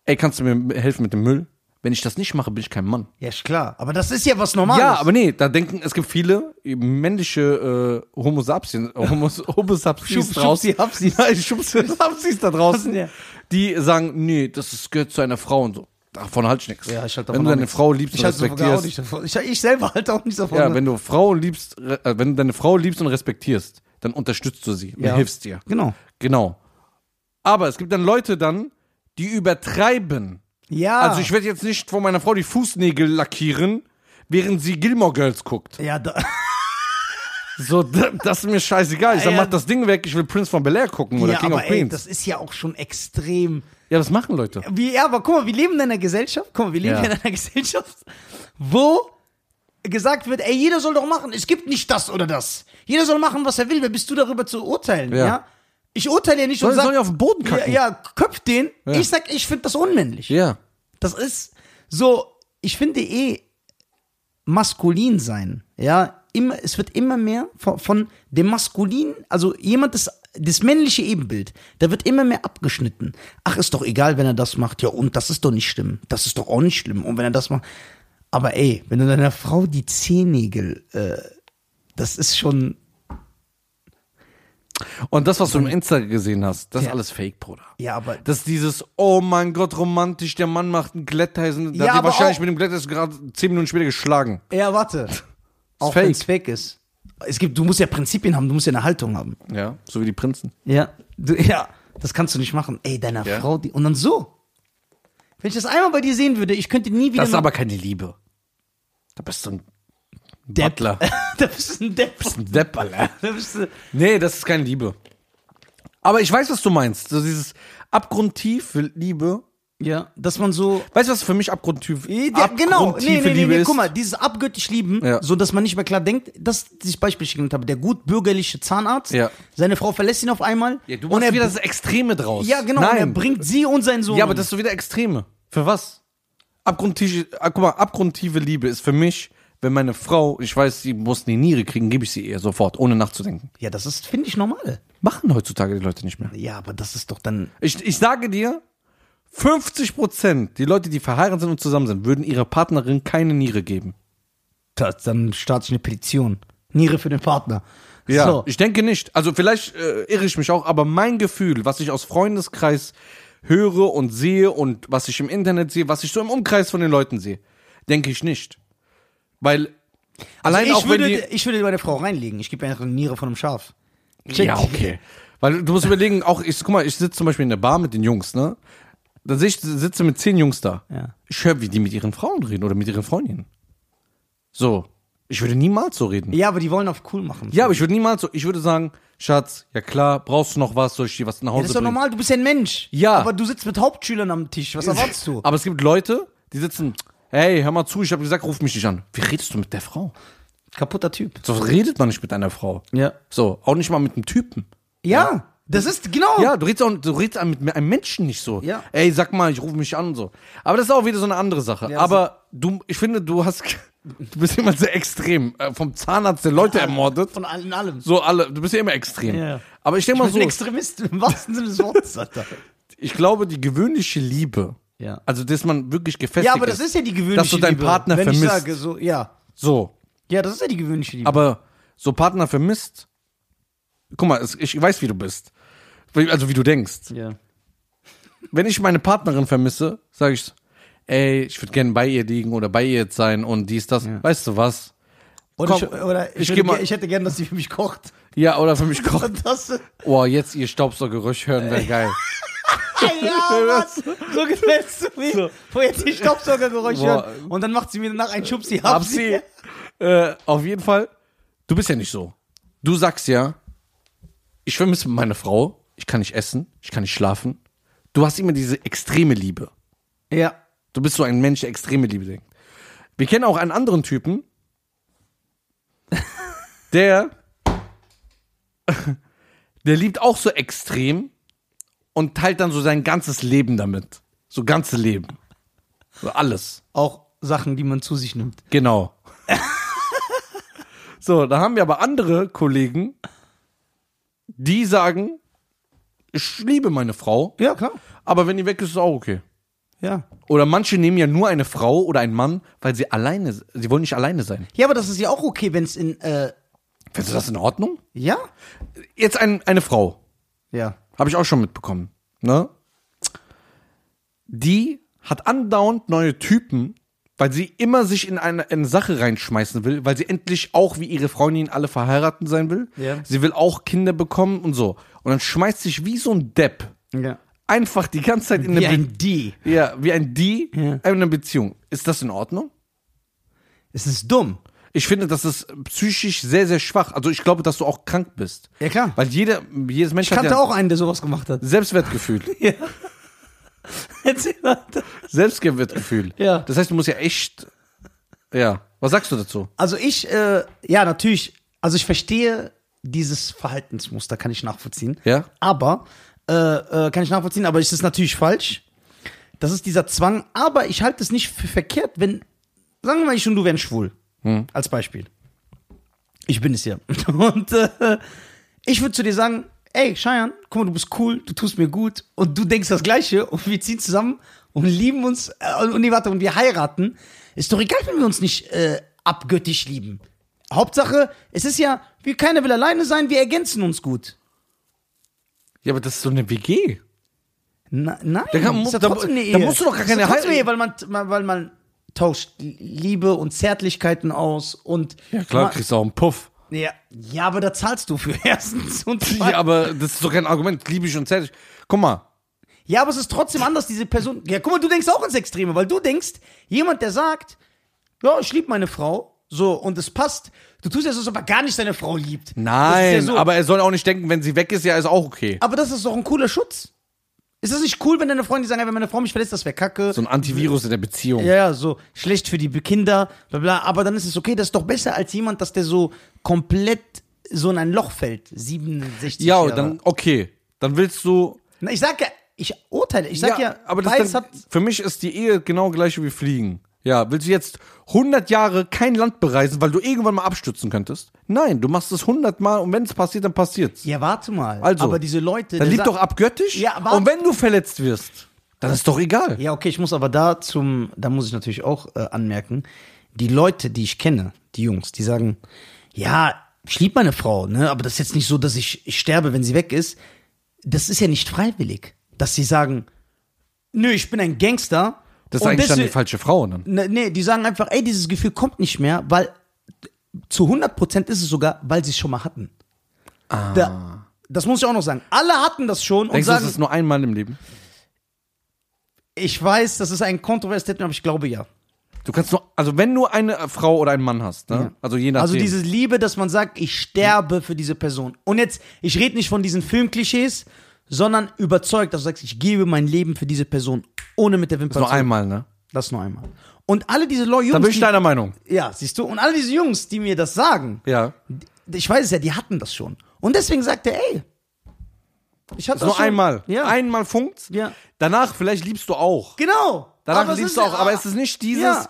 [SPEAKER 1] ey, kannst du mir helfen mit dem Müll? Wenn ich das nicht mache, bin ich kein Mann.
[SPEAKER 2] ja, ist klar. Aber das ist ja was Normales.
[SPEAKER 1] Ja, aber nee, da denken, es gibt viele äh, männliche äh, Homo Sapien, Homo, Homo Sapiens
[SPEAKER 2] Schub-
[SPEAKER 1] draußen.
[SPEAKER 2] Schubsi, Hapsis.
[SPEAKER 1] Nein, Schubsi, Hapsis da draußen,
[SPEAKER 2] Ja.
[SPEAKER 1] die sagen, nee, das ist, gehört zu einer Frau und so. Davon halte ich nichts.
[SPEAKER 2] Ja, ich halt davon
[SPEAKER 1] wenn du
[SPEAKER 2] auch
[SPEAKER 1] deine
[SPEAKER 2] nix.
[SPEAKER 1] Frau liebst
[SPEAKER 2] ich
[SPEAKER 1] und
[SPEAKER 2] halte sogar auch
[SPEAKER 1] respektierst.
[SPEAKER 2] nicht davon. Ich, ich selber halte auch nicht davon.
[SPEAKER 1] Ja, wenn du Frau liebst, re- äh, wenn du deine Frau liebst und respektierst, dann unterstützt du sie und
[SPEAKER 2] Ja.
[SPEAKER 1] hilfst ihr.
[SPEAKER 2] genau.
[SPEAKER 1] Genau. Aber es gibt dann Leute dann, die übertreiben.
[SPEAKER 2] Ja.
[SPEAKER 1] Also ich werde jetzt nicht vor meiner Frau die Fußnägel lackieren, während sie Gilmore Girls guckt.
[SPEAKER 2] ja, da,
[SPEAKER 1] So, d- das ist mir scheißegal. Ich sag,
[SPEAKER 2] Ja.
[SPEAKER 1] mach das Ding weg, ich will Prince von Bel-Air gucken oder
[SPEAKER 2] ja
[SPEAKER 1] King of
[SPEAKER 2] aber ey,
[SPEAKER 1] Queens.
[SPEAKER 2] das ist ja auch schon extrem.
[SPEAKER 1] ja, das machen Leute.
[SPEAKER 2] Wie, ja, aber guck mal, wir leben in einer Gesellschaft, guck mal, wir leben
[SPEAKER 1] Ja.
[SPEAKER 2] in einer Gesellschaft, wo gesagt wird, ey, jeder soll doch machen, es gibt nicht das oder das. Jeder soll machen, was er will, wer bist du darüber zu urteilen, ja?
[SPEAKER 1] Ja.
[SPEAKER 2] Ich urteile ja nicht
[SPEAKER 1] Soll,
[SPEAKER 2] und sag,
[SPEAKER 1] soll ja auf den Boden kacken.
[SPEAKER 2] ja, ja, köpft den. Ich sag, ich finde das unmännlich.
[SPEAKER 1] ja.
[SPEAKER 2] Das ist so, ich finde eh maskulin sein, ja, immer, es wird immer mehr von, von dem maskulin, also jemand ist das männliche Ebenbild, da wird immer mehr abgeschnitten. Ach, ist doch egal, wenn er das macht. Ja, und das ist doch nicht schlimm. Das ist doch auch nicht schlimm. Und wenn er das macht. Aber ey, wenn du deiner Frau die Zehennägel, äh, das ist schon.
[SPEAKER 1] Und das, was du im Insta gesehen hast, das
[SPEAKER 2] Ja.
[SPEAKER 1] ist alles Fake, Bruder.
[SPEAKER 2] Ja, aber.
[SPEAKER 1] Das ist dieses, oh mein Gott, romantisch, der Mann macht einen Glätteisen.
[SPEAKER 2] Ja,
[SPEAKER 1] Ja, hat die
[SPEAKER 2] aber
[SPEAKER 1] wahrscheinlich
[SPEAKER 2] auch-
[SPEAKER 1] mit dem Glätteisen gerade zehn Minuten später geschlagen.
[SPEAKER 2] Ja, warte. Auch
[SPEAKER 1] fake.
[SPEAKER 2] wenn es fake ist. Es gibt, du musst ja Prinzipien haben, du musst ja eine Haltung haben.
[SPEAKER 1] Ja, so wie die Prinzen.
[SPEAKER 2] Ja. Du, ja, das kannst du nicht machen. Ey, deiner
[SPEAKER 1] Ja.
[SPEAKER 2] Frau, die. Und dann so. Wenn ich das einmal bei dir sehen würde, ich könnte nie wieder.
[SPEAKER 1] Das ist aber keine Liebe. Da bist du ein
[SPEAKER 2] Depp.
[SPEAKER 1] Butler.
[SPEAKER 2] da bist du ein Depp.
[SPEAKER 1] Ein Depp, Alter.
[SPEAKER 2] Da bist du.
[SPEAKER 1] Nee, das ist keine Liebe. Aber ich weiß, was du meinst. So dieses abgrundtiefe Liebe.
[SPEAKER 2] Ja, dass man so.
[SPEAKER 1] Weißt du, was für mich abgrundtief,
[SPEAKER 2] Ja, genau. Nee, nee,
[SPEAKER 1] abgrundtiefe
[SPEAKER 2] nee,
[SPEAKER 1] Liebe
[SPEAKER 2] nee.
[SPEAKER 1] ist?
[SPEAKER 2] Guck mal, dieses abgöttisch Lieben,
[SPEAKER 1] Ja.
[SPEAKER 2] so dass man nicht mehr klar denkt, das, dieses Beispiel, das ich genannt habe, der gut bürgerliche Zahnarzt,
[SPEAKER 1] Ja.
[SPEAKER 2] seine Frau verlässt ihn auf einmal.
[SPEAKER 1] Ja, du
[SPEAKER 2] und
[SPEAKER 1] machst
[SPEAKER 2] er,
[SPEAKER 1] wieder das Extreme draus.
[SPEAKER 2] ja, genau. Und er
[SPEAKER 1] Nein.
[SPEAKER 2] bringt sie und seinen Sohn.
[SPEAKER 1] ja, aber
[SPEAKER 2] um.
[SPEAKER 1] das ist so wieder Extreme. Für was? Abgrundtiefe, ah, guck mal, abgrundtiefe Liebe ist für mich, wenn meine Frau, ich weiß, sie muss eine Niere kriegen, gebe ich sie ihr sofort, ohne nachzudenken.
[SPEAKER 2] ja, das ist, finde ich, normal.
[SPEAKER 1] Machen heutzutage die Leute nicht mehr.
[SPEAKER 2] Ja, aber das ist doch dann.
[SPEAKER 1] Ich, ich sage dir, 50 Prozent, die Leute, die verheiratet sind und zusammen sind, würden ihrer Partnerin keine Niere geben.
[SPEAKER 2] Das, dann starte ich eine Petition. Niere für den Partner.
[SPEAKER 1] Ja,
[SPEAKER 2] So.
[SPEAKER 1] ich denke nicht. Also vielleicht äh, irre ich mich auch, aber mein Gefühl, was ich aus Freundeskreis höre und sehe und was ich im Internet sehe, was ich so im Umkreis von den Leuten sehe, denke ich nicht. Weil allein
[SPEAKER 2] Also ich,
[SPEAKER 1] auch
[SPEAKER 2] würde,
[SPEAKER 1] wenn die
[SPEAKER 2] ich würde meine Frau reinlegen. Ich gebe einfach eine Niere von einem Schaf.
[SPEAKER 1] Ja, okay. Weil du musst überlegen, auch ich, guck mal, ich sitze zum Beispiel in der Bar mit den Jungs, ne? Dann sehe ich, sitze mit zehn Jungs da.
[SPEAKER 2] Ja.
[SPEAKER 1] Ich höre, wie die mit ihren Frauen reden oder mit ihren Freundinnen. So. Ich würde niemals so reden.
[SPEAKER 2] Ja, aber die wollen auf cool machen.
[SPEAKER 1] Ja, aber ich würde niemals so, ich würde sagen, Schatz, ja klar, brauchst du noch was, soll ich dir was nach Hause
[SPEAKER 2] das ist doch
[SPEAKER 1] bringen?
[SPEAKER 2] normal, du bist ja ein Mensch.
[SPEAKER 1] Ja.
[SPEAKER 2] Aber du sitzt mit Hauptschülern am Tisch. Was erwartest du?
[SPEAKER 1] Aber es gibt Leute, die sitzen, hey, hör mal zu, ich habe gesagt, ruf mich nicht an. Wie redest du mit der Frau?
[SPEAKER 2] Kaputter Typ.
[SPEAKER 1] So redet man nicht mit einer Frau.
[SPEAKER 2] Ja.
[SPEAKER 1] So, auch nicht mal mit einem Typen.
[SPEAKER 2] Ja, das ist genau.
[SPEAKER 1] Ja, du redest auch du redest mit einem Menschen nicht so.
[SPEAKER 2] Ja.
[SPEAKER 1] Ey, sag mal, ich rufe mich an und so. Aber das ist auch wieder so eine andere Sache.
[SPEAKER 2] das
[SPEAKER 1] Aber du, ich finde, du hast, du bist immer sehr extrem. Äh, vom Zahnarzt der Leute ermordet.
[SPEAKER 2] Von allen allem.
[SPEAKER 1] So alle, du bist ja immer extrem.
[SPEAKER 2] Ja.
[SPEAKER 1] Aber ich denke mal
[SPEAKER 2] Ich
[SPEAKER 1] so,
[SPEAKER 2] bin ein Extremist im wahrsten Sinne des Wortes, Alter.
[SPEAKER 1] ich glaube, die gewöhnliche Liebe,
[SPEAKER 2] Ja.
[SPEAKER 1] also dass man wirklich gefestigt
[SPEAKER 2] Ja, aber das ist ja die gewöhnliche
[SPEAKER 1] Dass du deinen
[SPEAKER 2] Liebe,
[SPEAKER 1] Partner
[SPEAKER 2] wenn
[SPEAKER 1] vermisst.
[SPEAKER 2] Ich sage, so, ja.
[SPEAKER 1] So.
[SPEAKER 2] Ja, das ist ja die gewöhnliche Liebe.
[SPEAKER 1] Aber so Partner vermisst, guck mal, es- ich weiß, wie du bist. Also, wie du denkst.
[SPEAKER 2] ja.
[SPEAKER 1] Wenn ich meine Partnerin vermisse, sage ich, ey, ich würde gerne bei ihr liegen oder bei ihr jetzt sein und dies, das. Weißt du was?
[SPEAKER 2] Oder,
[SPEAKER 1] Komm,
[SPEAKER 2] ich, oder ich,
[SPEAKER 1] ich
[SPEAKER 2] würde
[SPEAKER 1] geh mal-
[SPEAKER 2] ge- ich hätte gern, dass sie für mich kocht.
[SPEAKER 1] Ja, oder für mich kochen.
[SPEAKER 2] Das, ja,
[SPEAKER 1] Oh, jetzt ihr Staubsaugergeräusch hören wäre geil.
[SPEAKER 2] Mann, so gefällst du mir. Wo jetzt die Staubsaugergeräusche
[SPEAKER 1] Boah.
[SPEAKER 2] hören. Und dann macht sie mir danach einen Schubsi. Hab
[SPEAKER 1] Hab sie. äh, auf jeden Fall, du bist ja nicht so. Du sagst ja, ich vermisse meine Frau, ich kann nicht essen, ich kann nicht schlafen. Du hast immer diese extreme Liebe.
[SPEAKER 2] Ja.
[SPEAKER 1] Du bist so ein Mensch, der extreme Liebe denkt. Wir kennen auch einen anderen Typen, der, der liebt auch so extrem und teilt dann so sein ganzes Leben damit. So ganze Leben. So alles.
[SPEAKER 2] Auch Sachen, die man zu sich nimmt.
[SPEAKER 1] Genau. so, da haben wir aber andere Kollegen, die sagen, ich liebe meine Frau,
[SPEAKER 2] Ja, klar.
[SPEAKER 1] aber wenn die weg ist, ist es auch okay.
[SPEAKER 2] Ja.
[SPEAKER 1] Oder manche nehmen ja nur eine Frau oder einen Mann, weil sie alleine, sie wollen nicht alleine sein.
[SPEAKER 2] Ja, aber das ist ja auch okay, wenn es in, äh,
[SPEAKER 1] Findest du das in Ordnung?
[SPEAKER 2] ja?
[SPEAKER 1] Jetzt ein, eine Frau,
[SPEAKER 2] Ja.
[SPEAKER 1] habe ich auch schon mitbekommen, ne? Die hat andauernd neue Typen, weil sie immer sich in eine, in eine Sache reinschmeißen will, weil sie endlich auch wie ihre Freundin alle verheiratet sein will.
[SPEAKER 2] Ja.
[SPEAKER 1] Sie will auch Kinder bekommen und so. Und dann schmeißt sich wie so ein Depp
[SPEAKER 2] Ja.
[SPEAKER 1] einfach die ganze Zeit in eine
[SPEAKER 2] Wie
[SPEAKER 1] Be-
[SPEAKER 2] ein Die.
[SPEAKER 1] ja, wie ein Die
[SPEAKER 2] Ja.
[SPEAKER 1] in einer Beziehung. Ist das in Ordnung?
[SPEAKER 2] Es ist dumm.
[SPEAKER 1] Ich finde, das ist psychisch sehr, sehr schwach. Also ich glaube, dass du auch krank bist.
[SPEAKER 2] Ja, klar.
[SPEAKER 1] Weil jeder, jedes Mensch
[SPEAKER 2] Ich
[SPEAKER 1] hat
[SPEAKER 2] kannte
[SPEAKER 1] ja
[SPEAKER 2] auch einen, der sowas gemacht hat.
[SPEAKER 1] Selbstwertgefühl.
[SPEAKER 2] Erzähl weiter.
[SPEAKER 1] Selbstwertgefühl.
[SPEAKER 2] Ja.
[SPEAKER 1] Das heißt, du musst ja echt. Ja. Was sagst du dazu?
[SPEAKER 2] Also ich, äh, ja, natürlich, also ich verstehe dieses Verhaltensmuster, kann ich nachvollziehen.
[SPEAKER 1] Ja.
[SPEAKER 2] Aber, äh, äh, kann ich nachvollziehen, aber es ist natürlich falsch. Das ist dieser Zwang, aber ich halte es nicht für verkehrt, wenn, sagen wir mal, ich und du wären schwul. Als Beispiel. Ich bin es ja. Und äh, ich würde zu dir sagen, ey, Cheyenne, guck mal, du bist cool, du tust mir gut und du denkst das Gleiche und wir ziehen zusammen und lieben uns äh, und nee, warte, und wir heiraten. Ist doch egal, wenn wir uns nicht äh, abgöttisch lieben. Hauptsache, es ist ja, wie keiner will alleine sein, wir ergänzen uns gut.
[SPEAKER 1] Ja, aber das ist so eine WG.
[SPEAKER 2] Na, nein,
[SPEAKER 1] Da kann-
[SPEAKER 2] ist ja
[SPEAKER 1] da-
[SPEAKER 2] trotzdem eine
[SPEAKER 1] da
[SPEAKER 2] Ehe.
[SPEAKER 1] musst du doch gar
[SPEAKER 2] Ist ja
[SPEAKER 1] keine
[SPEAKER 2] trotzdem
[SPEAKER 1] Heil-
[SPEAKER 2] eine Ehe, weil man, man, weil man tauscht Liebe und Zärtlichkeiten aus und
[SPEAKER 1] Ja, klar,
[SPEAKER 2] man,
[SPEAKER 1] kriegst du auch einen Puff.
[SPEAKER 2] ja, ja, aber da zahlst du für erstens und zweitens.
[SPEAKER 1] Ja, aber das ist doch kein Argument. Liebe ich und zärtlich. Guck mal.
[SPEAKER 2] Ja, aber es ist trotzdem anders, diese Person. Ja, guck mal, du denkst auch ins Extreme, weil du denkst, jemand, der sagt, ja, ich liebe meine Frau, so, und es passt, du tust ja so, als ob er gar nicht seine Frau liebt.
[SPEAKER 1] Nein,
[SPEAKER 2] Das ist ja so.
[SPEAKER 1] aber er soll auch nicht denken, wenn sie weg ist, ja, ist auch okay.
[SPEAKER 2] Aber das ist doch ein cooler Schutz. Ist das nicht cool, wenn deine Freunde sagen, ey, wenn meine Frau mich verlässt, das wäre kacke?
[SPEAKER 1] So ein Antivirus in der Beziehung.
[SPEAKER 2] ja, ja, so, schlecht für die Kinder, bla, bla, aber dann ist es okay, das ist doch besser als jemand, dass der so komplett so in ein Loch fällt, 67
[SPEAKER 1] Ja,
[SPEAKER 2] Jahre.
[SPEAKER 1] dann, okay. Dann willst du.
[SPEAKER 2] Na, ich sag ja, ich urteile, ich sag ja,
[SPEAKER 1] aber das
[SPEAKER 2] beides
[SPEAKER 1] dann,
[SPEAKER 2] hat
[SPEAKER 1] für mich ist die Ehe genau gleich wie Fliegen. Ja, willst du jetzt 100 Jahre kein Land bereisen, weil du irgendwann mal abstürzen könntest? Nein, du machst es 100 Mal und wenn es passiert, dann passiert's.
[SPEAKER 2] Ja, warte mal.
[SPEAKER 1] Also,
[SPEAKER 2] aber diese Leute.
[SPEAKER 1] Dann
[SPEAKER 2] der
[SPEAKER 1] lieb
[SPEAKER 2] sagt-
[SPEAKER 1] doch abgöttisch.
[SPEAKER 2] Ja, warte.
[SPEAKER 1] und wenn du verletzt wirst, dann ist doch egal.
[SPEAKER 2] Ja, okay, ich muss aber da zum. Da muss ich natürlich auch äh, anmerken, die Leute, die ich kenne, die Jungs, die sagen: Ja, ich liebe meine Frau, ne? aber das ist jetzt nicht so, dass ich, ich sterbe, wenn sie weg ist. Das ist ja nicht freiwillig, dass sie sagen: Nö, ich bin ein Gangster.
[SPEAKER 1] Das ist
[SPEAKER 2] und
[SPEAKER 1] eigentlich dann die
[SPEAKER 2] deswe-
[SPEAKER 1] falsche Frau. Dann.
[SPEAKER 2] Ne, nee, die sagen einfach, ey, dieses Gefühl kommt nicht mehr, weil zu 100% ist es sogar, weil sie es schon mal hatten. Ah. Da, das muss ich auch noch sagen. Alle hatten das schon und
[SPEAKER 1] Denkst du,
[SPEAKER 2] sagen,
[SPEAKER 1] das ist nur einmal im Leben?
[SPEAKER 2] Ich weiß, das ist ein kontroverses Statement, aber ich glaube ja.
[SPEAKER 1] Du kannst nur, also wenn du eine Frau oder einen Mann hast, ne? also je nachdem.
[SPEAKER 2] Also diese Liebe, dass man sagt, ich sterbe für diese Person. Und jetzt, ich rede nicht von diesen Filmklischees, sondern überzeugt, dass du sagst, ich gebe mein Leben für diese Person, ohne mit der Wimper
[SPEAKER 1] nur
[SPEAKER 2] zu-
[SPEAKER 1] einmal, ne?
[SPEAKER 2] Das nur einmal. Und alle diese Leute, Jungs,
[SPEAKER 1] Da bin ich
[SPEAKER 2] die,
[SPEAKER 1] deiner Meinung.
[SPEAKER 2] ja, siehst du, und alle diese Jungs, die mir das sagen,
[SPEAKER 1] Ja.
[SPEAKER 2] ich weiß es ja, die hatten das schon. Und deswegen sagt er, ey, ich hatte das,
[SPEAKER 1] Nur
[SPEAKER 2] schon.
[SPEAKER 1] einmal.
[SPEAKER 2] Ja.
[SPEAKER 1] Einmal funkt's.
[SPEAKER 2] Ja.
[SPEAKER 1] Danach vielleicht liebst du auch.
[SPEAKER 2] genau.
[SPEAKER 1] Danach
[SPEAKER 2] Aber es
[SPEAKER 1] liebst
[SPEAKER 2] ist
[SPEAKER 1] du auch,
[SPEAKER 2] ja-
[SPEAKER 1] aber es ist nicht dieses,
[SPEAKER 2] Ja.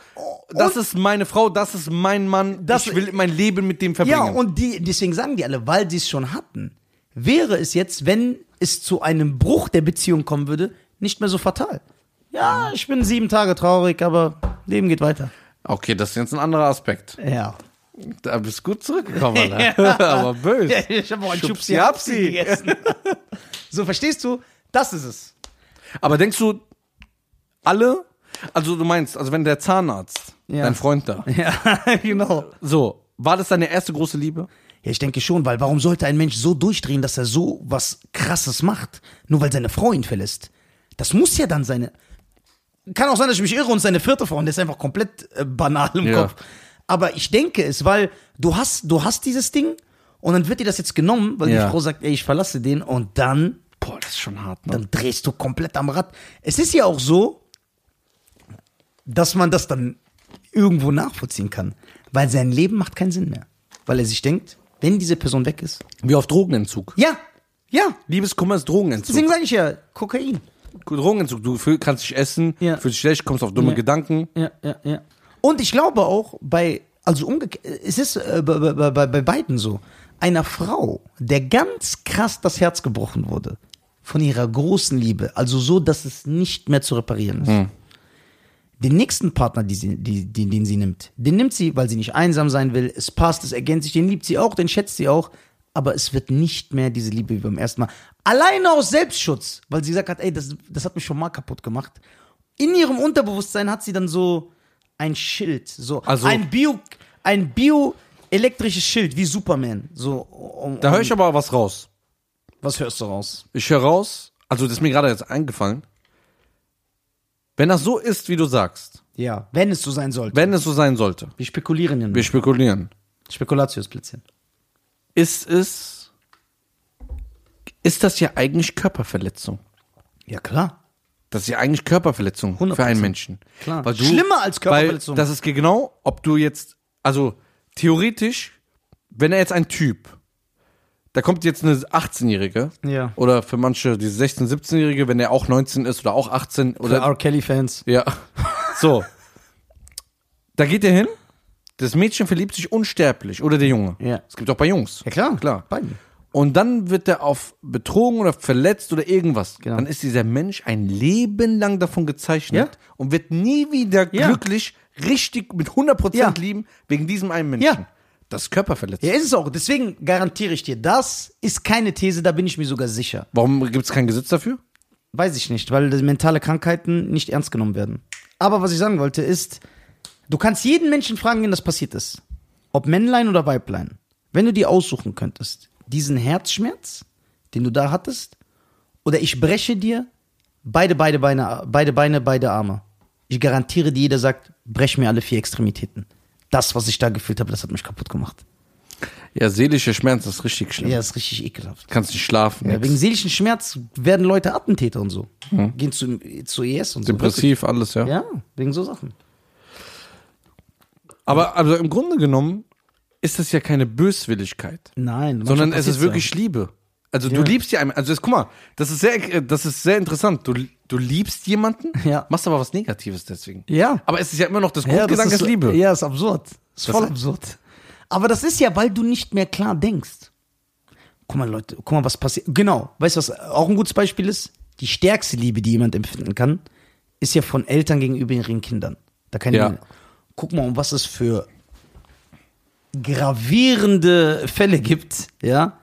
[SPEAKER 1] das
[SPEAKER 2] Und-
[SPEAKER 1] ist meine Frau, das ist mein Mann,
[SPEAKER 2] Das-
[SPEAKER 1] ich will mein Leben mit dem
[SPEAKER 2] Ja,
[SPEAKER 1] verbringen.
[SPEAKER 2] und die, deswegen sagen die alle, weil sie es schon hatten, wäre es jetzt, wenn es zu einem Bruch der Beziehung kommen würde, nicht mehr so fatal. Ja, ich bin sieben Tage traurig, aber Leben geht weiter.
[SPEAKER 1] okay, das ist jetzt ein anderer Aspekt.
[SPEAKER 2] Ja.
[SPEAKER 1] Da bist gut zurückgekommen, Alter. aber böse.
[SPEAKER 2] ich habe auch einen
[SPEAKER 1] Schubsi
[SPEAKER 2] Schubsi
[SPEAKER 1] Hapsi.
[SPEAKER 2] gegessen. so, verstehst du? Das ist es.
[SPEAKER 1] Aber denkst du, alle, also du meinst, also wenn der Zahnarzt,
[SPEAKER 2] Ja.
[SPEAKER 1] dein Freund da,
[SPEAKER 2] Ja, genau.
[SPEAKER 1] so, war das deine erste große Liebe?
[SPEAKER 2] Ja, ich denke schon, weil warum sollte ein Mensch so durchdrehen, dass er so was Krasses macht, nur weil seine Frau ihn verlässt? Das muss ja dann seine. Kann auch sein, dass ich mich irre und seine vierte Frau und der ist einfach komplett äh, banal im
[SPEAKER 1] Ja.
[SPEAKER 2] Kopf. Aber ich denke es, weil du hast, du hast dieses Ding und dann wird dir das jetzt genommen, weil
[SPEAKER 1] Ja.
[SPEAKER 2] die Frau sagt, ey, ich verlasse den und dann
[SPEAKER 1] Boah, das ist schon hart, ne?
[SPEAKER 2] dann drehst du komplett am Rad. Es ist ja auch so, dass man das dann irgendwo nachvollziehen kann, weil sein Leben macht keinen Sinn mehr, weil er sich denkt, wenn diese Person weg ist,
[SPEAKER 1] Wie auf Drogenentzug.
[SPEAKER 2] ja, ja,
[SPEAKER 1] Liebeskummer ist Drogenentzug.
[SPEAKER 2] deswegen sage ich ja, Kokain.
[SPEAKER 1] Drogenentzug, du fühl, kannst dich essen,
[SPEAKER 2] Ja.
[SPEAKER 1] fühlst dich schlecht, kommst auf dumme
[SPEAKER 2] Ja.
[SPEAKER 1] Gedanken.
[SPEAKER 2] Ja, ja, ja. Und ich glaube auch bei, also umgekehrt, es ist äh, bei, bei, bei- bei beiden so, einer Frau, der ganz krass das Herz gebrochen wurde, von ihrer großen Liebe, also so, dass es nicht mehr zu reparieren ist. Den nächsten Partner, die sie, die, die, den sie nimmt, den nimmt sie, weil sie nicht einsam sein will. Es passt, es ergänzt sich, den liebt sie auch, den schätzt sie auch. Aber es wird nicht mehr diese Liebe wie beim ersten Mal. Alleine aus Selbstschutz, weil sie gesagt hat, ey, das, das hat mich schon mal kaputt gemacht. In ihrem Unterbewusstsein hat sie dann so ein Schild, so
[SPEAKER 1] Also-
[SPEAKER 2] ein Bio, ein Bio elektrisches Schild wie Superman. So, um,
[SPEAKER 1] Da höre ich aber was raus.
[SPEAKER 2] was hörst du raus?
[SPEAKER 1] Ich höre raus, also das ist mir gerade jetzt eingefallen. Wenn das so ist, wie du sagst,
[SPEAKER 2] Ja, wenn es so sein sollte.
[SPEAKER 1] wenn es so sein sollte,
[SPEAKER 2] Wir spekulieren ja
[SPEAKER 1] wir
[SPEAKER 2] nur.
[SPEAKER 1] spekulieren,
[SPEAKER 2] Spekulatiusplätzchen.
[SPEAKER 1] ist es, ist das ja eigentlich Körperverletzung?
[SPEAKER 2] Ja, klar.
[SPEAKER 1] Das ist ja eigentlich Körperverletzung für einen
[SPEAKER 2] 100%.
[SPEAKER 1] Menschen.
[SPEAKER 2] Klar.
[SPEAKER 1] Weil du,
[SPEAKER 2] Schlimmer als Körperverletzung.
[SPEAKER 1] Weil das ist genau, ob du jetzt, also theoretisch, wenn er jetzt ein Typ, da kommt jetzt eine 18-Jährige
[SPEAKER 2] Ja.
[SPEAKER 1] oder für manche die 16-, 17-Jährige, wenn er auch 19 ist oder auch 18 oder
[SPEAKER 2] R. Kelly-Fans.
[SPEAKER 1] ja, so, da geht er hin. Das Mädchen verliebt sich unsterblich oder der Junge.
[SPEAKER 2] Ja.
[SPEAKER 1] Es gibt auch bei Jungs.
[SPEAKER 2] Ja, klar.
[SPEAKER 1] Klar.
[SPEAKER 2] Beiden.
[SPEAKER 1] Und dann wird er auf betrogen oder verletzt oder irgendwas.
[SPEAKER 2] Genau.
[SPEAKER 1] Dann ist dieser Mensch ein Leben lang davon gezeichnet
[SPEAKER 2] Ja.
[SPEAKER 1] und wird nie wieder
[SPEAKER 2] Ja.
[SPEAKER 1] glücklich, richtig mit 100%
[SPEAKER 2] Ja.
[SPEAKER 1] lieben, wegen diesem einen Menschen.
[SPEAKER 2] Ja.
[SPEAKER 1] Das ist Körperverletzung.
[SPEAKER 2] Ja, ist es auch. Deswegen garantiere ich dir, das ist keine These, da bin ich mir sogar sicher.
[SPEAKER 1] Warum gibt es kein Gesetz dafür?
[SPEAKER 2] Weiß ich nicht, weil mentale Krankheiten nicht ernst genommen werden. Aber was ich sagen wollte ist, du kannst jeden Menschen fragen, wenn das passiert ist. Ob Männlein oder Weiblein. Wenn du dir aussuchen könntest, diesen Herzschmerz, den du da hattest, oder ich breche dir beide, beide Beine, beide Beine, beide Arme. Ich garantiere dir, jeder sagt, brech mir alle vier Extremitäten. Das, was ich da gefühlt habe, das hat mich kaputt gemacht.
[SPEAKER 1] Ja, seelischer Schmerz ist richtig schlimm.
[SPEAKER 2] Ja, das ist richtig ekelhaft.
[SPEAKER 1] Kannst nicht schlafen.
[SPEAKER 2] Ja,
[SPEAKER 1] nix. Hm.
[SPEAKER 2] wegen seelischen Schmerz werden Leute Attentäter und so. Gehen zu, zu IS und so.
[SPEAKER 1] Depressiv, alles, ja.
[SPEAKER 2] Wirklich. Ja, wegen so Sachen.
[SPEAKER 1] Aber also im Grunde genommen ist das ja keine Böswilligkeit,
[SPEAKER 2] Nein. manchmal
[SPEAKER 1] sondern es
[SPEAKER 2] passiert's
[SPEAKER 1] ist wirklich Liebe. Also du liebst ja einen, also es, guck mal, das ist sehr, äh, das ist sehr interessant. Du, du liebst jemanden,
[SPEAKER 2] Ja.
[SPEAKER 1] machst aber was Negatives deswegen.
[SPEAKER 2] Ja.
[SPEAKER 1] Aber es ist ja immer noch das
[SPEAKER 2] Ja,
[SPEAKER 1] Grundgedanke
[SPEAKER 2] das
[SPEAKER 1] ist,
[SPEAKER 2] ist,
[SPEAKER 1] Liebe.
[SPEAKER 2] Ja, ist absurd.
[SPEAKER 1] Das-
[SPEAKER 2] Ist voll absurd. Aber das ist ja, weil du nicht mehr klar denkst. Guck mal, Leute, guck mal, was passiert. Genau. Weißt du, was auch ein gutes Beispiel ist? Die stärkste Liebe, die jemand empfinden kann, ist ja von Eltern gegenüber ihren Kindern. Da kann
[SPEAKER 1] Ja.
[SPEAKER 2] ja. Guck mal, um was es für gravierende Fälle gibt, ja,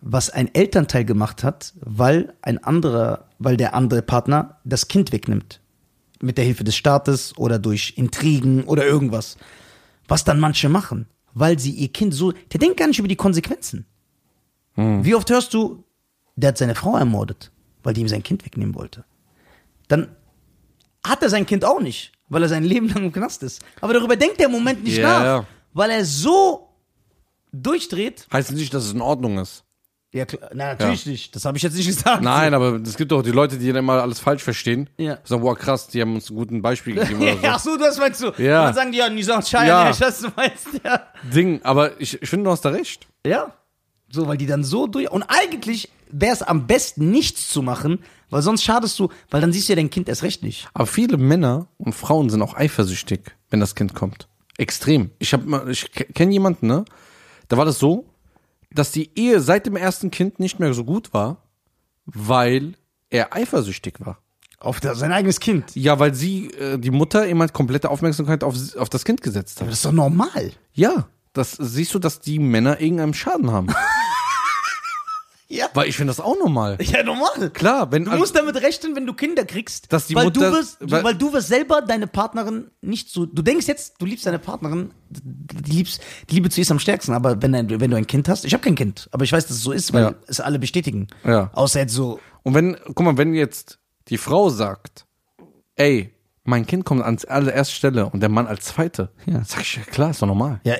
[SPEAKER 2] was ein Elternteil gemacht hat, weil ein anderer, weil der andere Partner das Kind wegnimmt. Mit der Hilfe des Staates oder durch Intrigen oder irgendwas. Was dann manche machen, weil sie ihr Kind so. Der denkt gar nicht über die Konsequenzen.
[SPEAKER 1] Hm.
[SPEAKER 2] Wie oft hörst du, der hat seine Frau ermordet, weil die ihm sein Kind wegnehmen wollte? Dann hat er sein Kind auch nicht, weil er sein Leben lang im Knast ist. Aber darüber denkt er im Moment nicht
[SPEAKER 1] Ja,
[SPEAKER 2] nach,
[SPEAKER 1] ja.
[SPEAKER 2] weil er so durchdreht,
[SPEAKER 1] Heißt nicht, dass es in Ordnung ist.
[SPEAKER 2] ja, klar. Na, natürlich nicht. Das habe ich jetzt nicht gesagt.
[SPEAKER 1] Nein, aber es gibt auch die Leute, die dann immer alles falsch verstehen.
[SPEAKER 2] Ja.
[SPEAKER 1] Sagen, boah, krass, die haben uns ein guten Beispiel gegeben oder so.
[SPEAKER 2] Ach so, das meinst du.
[SPEAKER 1] also. Ja.
[SPEAKER 2] Und dann sagen die, ja, Nisan Schein,
[SPEAKER 1] Ja.
[SPEAKER 2] ja. das meinst du. Ja.
[SPEAKER 1] Ding, aber ich, ich finde, du hast da recht.
[SPEAKER 2] ja. So, weil die dann so durch... Und eigentlich wäre es am besten, nichts zu machen, weil sonst schadest du, weil dann siehst du ja dein Kind erst recht nicht.
[SPEAKER 1] Aber viele Männer und Frauen sind auch eifersüchtig, wenn das Kind kommt. Extrem. Ich habe mal, ich kenne jemanden, ne? Da war das so, dass die Ehe seit dem ersten Kind nicht mehr so gut war, weil er eifersüchtig war.
[SPEAKER 2] Auf das, sein eigenes Kind.
[SPEAKER 1] Ja, weil sie, äh, die Mutter, eben halt komplette Aufmerksamkeit auf, auf das Kind gesetzt hat.
[SPEAKER 2] Aber das ist doch normal.
[SPEAKER 1] Ja, das siehst du, dass die Männer irgendeinen Schaden haben.
[SPEAKER 2] Ja.
[SPEAKER 1] Weil ich finde das auch normal.
[SPEAKER 2] Ja, normal.
[SPEAKER 1] Klar, wenn
[SPEAKER 2] Du musst damit rechnen, wenn du Kinder kriegst,
[SPEAKER 1] Dass die
[SPEAKER 2] weil,
[SPEAKER 1] Mutter-
[SPEAKER 2] du wirst, weil,
[SPEAKER 1] weil-
[SPEAKER 2] du wirst selber deine Partnerin nicht so. Du denkst jetzt, du liebst deine Partnerin, die, liebst, die Liebe zu ihr ist am stärksten, aber wenn, ein, wenn du ein Kind hast, ich habe kein Kind, aber ich weiß, dass es so ist, weil
[SPEAKER 1] Ja.
[SPEAKER 2] es alle bestätigen.
[SPEAKER 1] Ja.
[SPEAKER 2] Außer jetzt so,
[SPEAKER 1] Und wenn, guck mal, wenn jetzt die Frau sagt, ey, mein Kind kommt an allererster Stelle und der Mann als zweite,
[SPEAKER 2] Ja.
[SPEAKER 1] sag ich, ja klar, ist doch normal.
[SPEAKER 2] ja.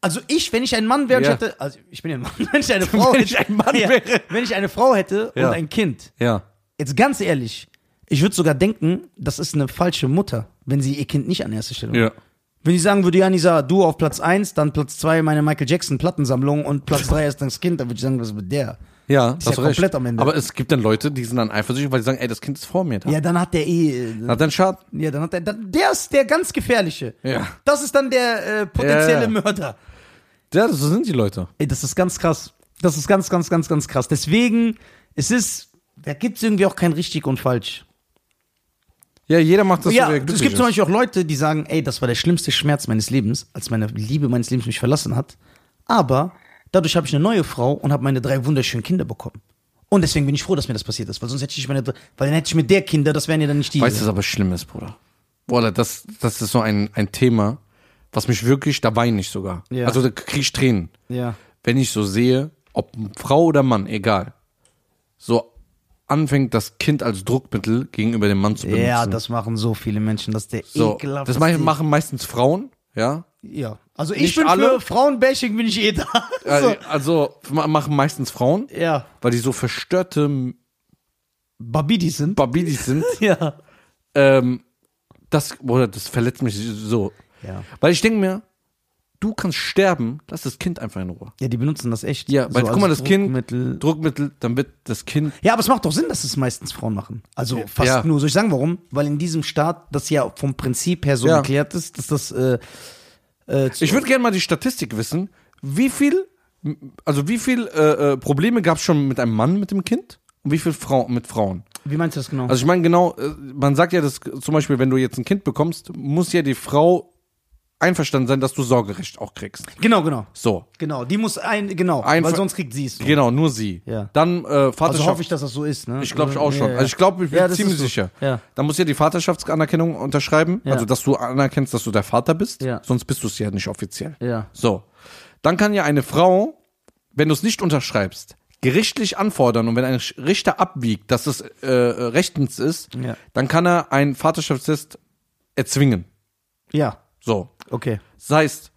[SPEAKER 2] Also ich, wenn ich ein Mann wäre, und ich
[SPEAKER 1] Ja.
[SPEAKER 2] hätte, also ich bin ja ein Mann, wenn ich eine Frau
[SPEAKER 1] Wenn
[SPEAKER 2] hätte,
[SPEAKER 1] ich ein Mann
[SPEAKER 2] ja,
[SPEAKER 1] wäre.
[SPEAKER 2] wenn ich eine Frau hätte
[SPEAKER 1] Ja.
[SPEAKER 2] und ein Kind,
[SPEAKER 1] Ja.
[SPEAKER 2] jetzt ganz ehrlich, ich würde sogar denken, das ist eine falsche Mutter, wenn sie ihr Kind nicht an erste Stelle
[SPEAKER 1] Ja.
[SPEAKER 2] Wenn ich sagen würde, Janisa, du auf Platz 1, dann Platz 2 meine Michael Jackson Plattensammlung und Platz 3 ist dann das Kind, dann würde ich sagen, was ist mit der?
[SPEAKER 1] Ja, das
[SPEAKER 2] ja komplett am Ende.
[SPEAKER 1] Aber es gibt dann Leute, die sind dann eifersüchtig, weil sie sagen, ey, das Kind ist vor mir. Da.
[SPEAKER 2] Ja, dann hat der eh. äh,
[SPEAKER 1] Na, dann schad.
[SPEAKER 2] Ja, dann hat der. Dann, der ist der ganz gefährliche.
[SPEAKER 1] Ja.
[SPEAKER 2] Das ist dann der äh, potenzielle
[SPEAKER 1] Ja, ja.
[SPEAKER 2] Mörder.
[SPEAKER 1] Ja, so sind die Leute.
[SPEAKER 2] Ey, das ist ganz krass. Das ist ganz, ganz, ganz, ganz krass. Deswegen, es ist. Da gibt es irgendwie auch kein richtig und falsch.
[SPEAKER 1] Ja, jeder macht das,
[SPEAKER 2] ja,
[SPEAKER 1] wie er
[SPEAKER 2] es
[SPEAKER 1] glücklich
[SPEAKER 2] gibt
[SPEAKER 1] ist.
[SPEAKER 2] zum Beispiel auch Leute, die sagen, ey, das war der schlimmste Schmerz meines Lebens, als meine Liebe meines Lebens mich verlassen hat. Aber dadurch habe ich eine neue Frau und habe meine drei wunderschönen Kinder bekommen. Und deswegen bin ich froh, dass mir das passiert ist, weil sonst hätte ich nicht meine, dr- weil dann hätte ich mit der Kinder, das wären ja dann nicht die.
[SPEAKER 1] Weißt du, was aber schlimm ist, Bruder? Boah, das, das ist so ein, ein Thema, was mich wirklich, da weine ich sogar.
[SPEAKER 2] Ja.
[SPEAKER 1] Also da kriege ich Tränen.
[SPEAKER 2] ja.
[SPEAKER 1] Wenn ich so sehe, ob Frau oder Mann, egal, so anfängt das Kind als Druckmittel gegenüber dem Mann zu benutzen.
[SPEAKER 2] Ja, das machen so viele Menschen, dass der
[SPEAKER 1] so,
[SPEAKER 2] ekelhaft.
[SPEAKER 1] das
[SPEAKER 2] dass
[SPEAKER 1] machen-
[SPEAKER 2] die-
[SPEAKER 1] machen meistens Frauen, ja.
[SPEAKER 2] Ja, also ich
[SPEAKER 1] Nicht
[SPEAKER 2] bin für
[SPEAKER 1] alle.
[SPEAKER 2] Frauenbashing bin ich eh da.
[SPEAKER 1] Also,
[SPEAKER 2] So.
[SPEAKER 1] also ma- machen meistens Frauen,
[SPEAKER 2] Ja,
[SPEAKER 1] weil die so verstörte
[SPEAKER 2] Babidis sind.
[SPEAKER 1] Babidis sind.
[SPEAKER 2] Ja.
[SPEAKER 1] ähm, das, Bruder, das verletzt mich so.
[SPEAKER 2] ja.
[SPEAKER 1] Weil ich denke mir, du kannst sterben, lass das Kind einfach in Ruhe.
[SPEAKER 2] Ja, die benutzen das echt.
[SPEAKER 1] Ja, weil
[SPEAKER 2] So
[SPEAKER 1] guck mal,
[SPEAKER 2] als
[SPEAKER 1] das Kind,
[SPEAKER 2] Druckmittel.
[SPEAKER 1] Druckmittel, dann wird das Kind,
[SPEAKER 2] Ja, aber es macht doch Sinn, dass es meistens Frauen machen. Also fast
[SPEAKER 1] Ja.
[SPEAKER 2] nur. Soll ich sagen, warum? Weil in diesem Staat das ja vom Prinzip her so
[SPEAKER 1] Ja.
[SPEAKER 2] geklärt ist, dass das. Äh, äh, zu-
[SPEAKER 1] ich würde gerne mal die Statistik wissen, wie viel, also wie viel äh, äh, Probleme gab es schon mit einem Mann mit dem Kind und wie viel Frau, mit Frauen?
[SPEAKER 2] wie meinst du das genau?
[SPEAKER 1] Also ich meine genau, äh, man sagt ja, dass zum Beispiel, wenn du jetzt ein Kind bekommst, muss ja die Frau einverstanden sein, dass du Sorgerecht auch kriegst.
[SPEAKER 2] genau, genau.
[SPEAKER 1] So,
[SPEAKER 2] Genau, die muss ein. Genau,
[SPEAKER 1] Ein-
[SPEAKER 2] weil sonst kriegt sie es.
[SPEAKER 1] genau, nur sie.
[SPEAKER 2] Ja.
[SPEAKER 1] Dann äh,
[SPEAKER 2] Also
[SPEAKER 1] Vaterschaft.
[SPEAKER 2] hoffe ich, dass das so ist. Ne?
[SPEAKER 1] Ich glaube ich auch schon.
[SPEAKER 2] Ja, ja.
[SPEAKER 1] Also ich glaube, ich bin
[SPEAKER 2] Ja, das
[SPEAKER 1] ziemlich
[SPEAKER 2] ist so.
[SPEAKER 1] sicher.
[SPEAKER 2] Ja.
[SPEAKER 1] Da muss ja die Vaterschaftsanerkennung unterschreiben,
[SPEAKER 2] Ja.
[SPEAKER 1] also dass du anerkennst, dass du der Vater bist,
[SPEAKER 2] Ja.
[SPEAKER 1] sonst bist du es ja nicht offiziell.
[SPEAKER 2] Ja.
[SPEAKER 1] So. Dann kann ja eine Frau, wenn du es nicht unterschreibst, gerichtlich anfordern und wenn ein Sch- Richter abwiegt, dass es äh, rechtens ist,
[SPEAKER 2] Ja.
[SPEAKER 1] dann kann er einen Vaterschaftstest erzwingen.
[SPEAKER 2] ja,
[SPEAKER 1] So.
[SPEAKER 2] okay.
[SPEAKER 1] Das heißt,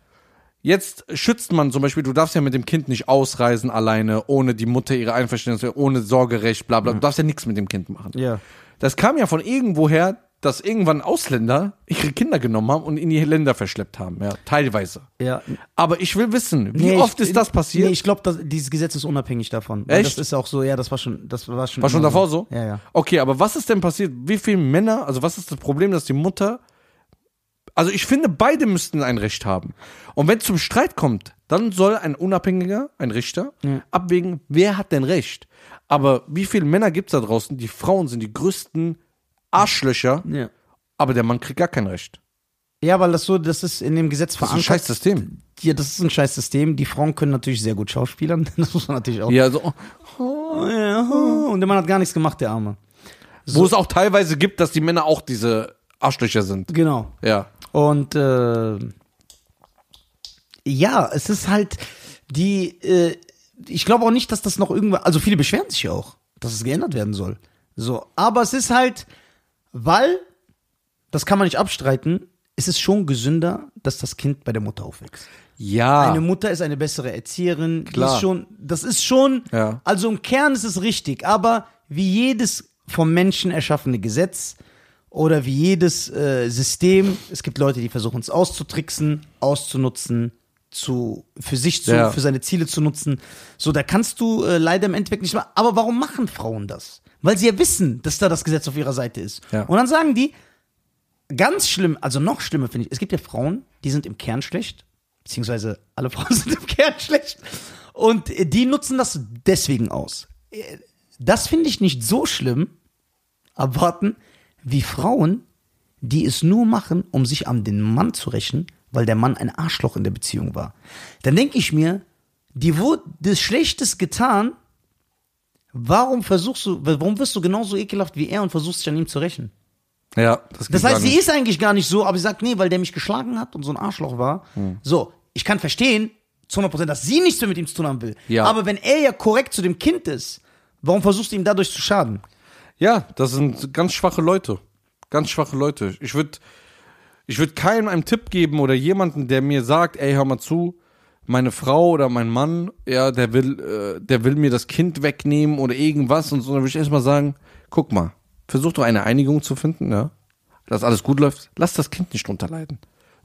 [SPEAKER 1] jetzt schützt man zum Beispiel, du darfst ja mit dem Kind nicht ausreisen alleine, ohne die Mutter ihre Einverständnis, ohne Sorgerecht, bla bla. Du darfst ja nichts mit dem Kind machen.
[SPEAKER 2] Ja.
[SPEAKER 1] Das kam ja von irgendwoher, dass irgendwann Ausländer ihre Kinder genommen haben und in die Länder verschleppt haben, ja, teilweise.
[SPEAKER 2] Ja.
[SPEAKER 1] Aber ich will wissen, wie
[SPEAKER 2] Nee,
[SPEAKER 1] oft
[SPEAKER 2] ich-
[SPEAKER 1] ist das passiert?
[SPEAKER 2] Nee, ich glaube, dieses Gesetz ist unabhängig davon. Weil
[SPEAKER 1] Echt?
[SPEAKER 2] Das ist auch so, ja, das war schon, das war schon.
[SPEAKER 1] War schon
[SPEAKER 2] immer
[SPEAKER 1] davor so?
[SPEAKER 2] Ja, ja.
[SPEAKER 1] Okay, aber was ist denn passiert? Wie viele Männer, also was ist das Problem, dass die Mutter. Also ich finde, beide müssten ein Recht haben. Und wenn es zum Streit kommt, dann soll ein Unabhängiger, ein Richter, abwägen, wer hat denn Recht. Aber wie viele Männer gibt es da draußen? Die Frauen sind die größten Arschlöcher,
[SPEAKER 2] Ja.
[SPEAKER 1] aber der Mann kriegt gar kein Recht.
[SPEAKER 2] Ja, weil das so, das ist in dem Gesetz
[SPEAKER 1] Das ist ein
[SPEAKER 2] verankert.
[SPEAKER 1] scheiß System.
[SPEAKER 2] Ja, das ist ein scheiß System. Die Frauen können natürlich sehr gut schauspielern. Das muss man natürlich auch.
[SPEAKER 1] Ja, also, so,
[SPEAKER 2] Ja, Und der Mann hat gar nichts gemacht, der Arme.
[SPEAKER 1] Wo es auch teilweise gibt, dass die Männer auch diese Arschlöcher sind.
[SPEAKER 2] Genau.
[SPEAKER 1] Ja.
[SPEAKER 2] Und äh, ja, es ist halt die. Äh, ich glaube auch nicht, dass das noch irgendwann. Also viele beschweren sich ja auch, dass es geändert werden soll. So, aber es ist halt, weil das kann man nicht abstreiten. Es ist schon gesünder, dass das Kind bei der Mutter aufwächst.
[SPEAKER 1] Ja.
[SPEAKER 2] Eine Mutter ist eine bessere Erzieherin. Die
[SPEAKER 1] Klar.
[SPEAKER 2] ist schon, das ist schon,
[SPEAKER 1] Ja.
[SPEAKER 2] also im Kern ist es richtig, aber wie jedes vom Menschen erschaffene Gesetz oder wie jedes äh, System, es gibt Leute, die versuchen es auszutricksen, auszunutzen, zu, für sich zu,
[SPEAKER 1] Ja.
[SPEAKER 2] für seine Ziele zu nutzen. So, da kannst du äh, leider im Endeffekt nicht mal. Aber warum machen Frauen das? Weil sie ja wissen, dass da das Gesetz auf ihrer Seite ist.
[SPEAKER 1] Ja.
[SPEAKER 2] Und dann sagen die, ganz schlimm, also noch schlimmer finde ich, es gibt ja Frauen, die sind im Kern schlecht, beziehungsweise alle Frauen sind im Kern schlecht und äh, die nutzen das deswegen aus. Äh, Das finde ich nicht so schlimm, abwarten, wie Frauen, die es nur machen, um sich an den Mann zu rächen, weil der Mann ein Arschloch in der Beziehung war. Dann denke ich mir, dir wurde des Schlechtes getan, warum versuchst du, warum wirst du genauso ekelhaft wie er und versuchst dich an ihm zu rächen?
[SPEAKER 1] Ja, das, geht
[SPEAKER 2] Das
[SPEAKER 1] gar
[SPEAKER 2] heißt, sie
[SPEAKER 1] nicht.
[SPEAKER 2] ist eigentlich gar nicht so, aber sie sagt, nee, weil der mich geschlagen hat und so ein Arschloch war.
[SPEAKER 1] Hm.
[SPEAKER 2] So, ich kann verstehen, zu 100 Prozent, dass sie nichts mehr mit ihm zu tun haben will.
[SPEAKER 1] Ja.
[SPEAKER 2] Aber wenn er ja korrekt zu dem Kind ist, warum versuchst du ihm dadurch zu schaden?
[SPEAKER 1] Ja, das sind ganz schwache Leute. Ganz schwache Leute. Ich würde ich würd keinem einen Tipp geben oder jemanden, der mir sagt, ey, hör mal zu, meine Frau oder mein Mann, ja, der will, äh, der will mir das Kind wegnehmen oder irgendwas und so, dann würde ich erstmal sagen, guck mal, versuch doch eine Einigung zu finden, ja. Dass alles gut läuft. Lass das Kind nicht drunter leiden.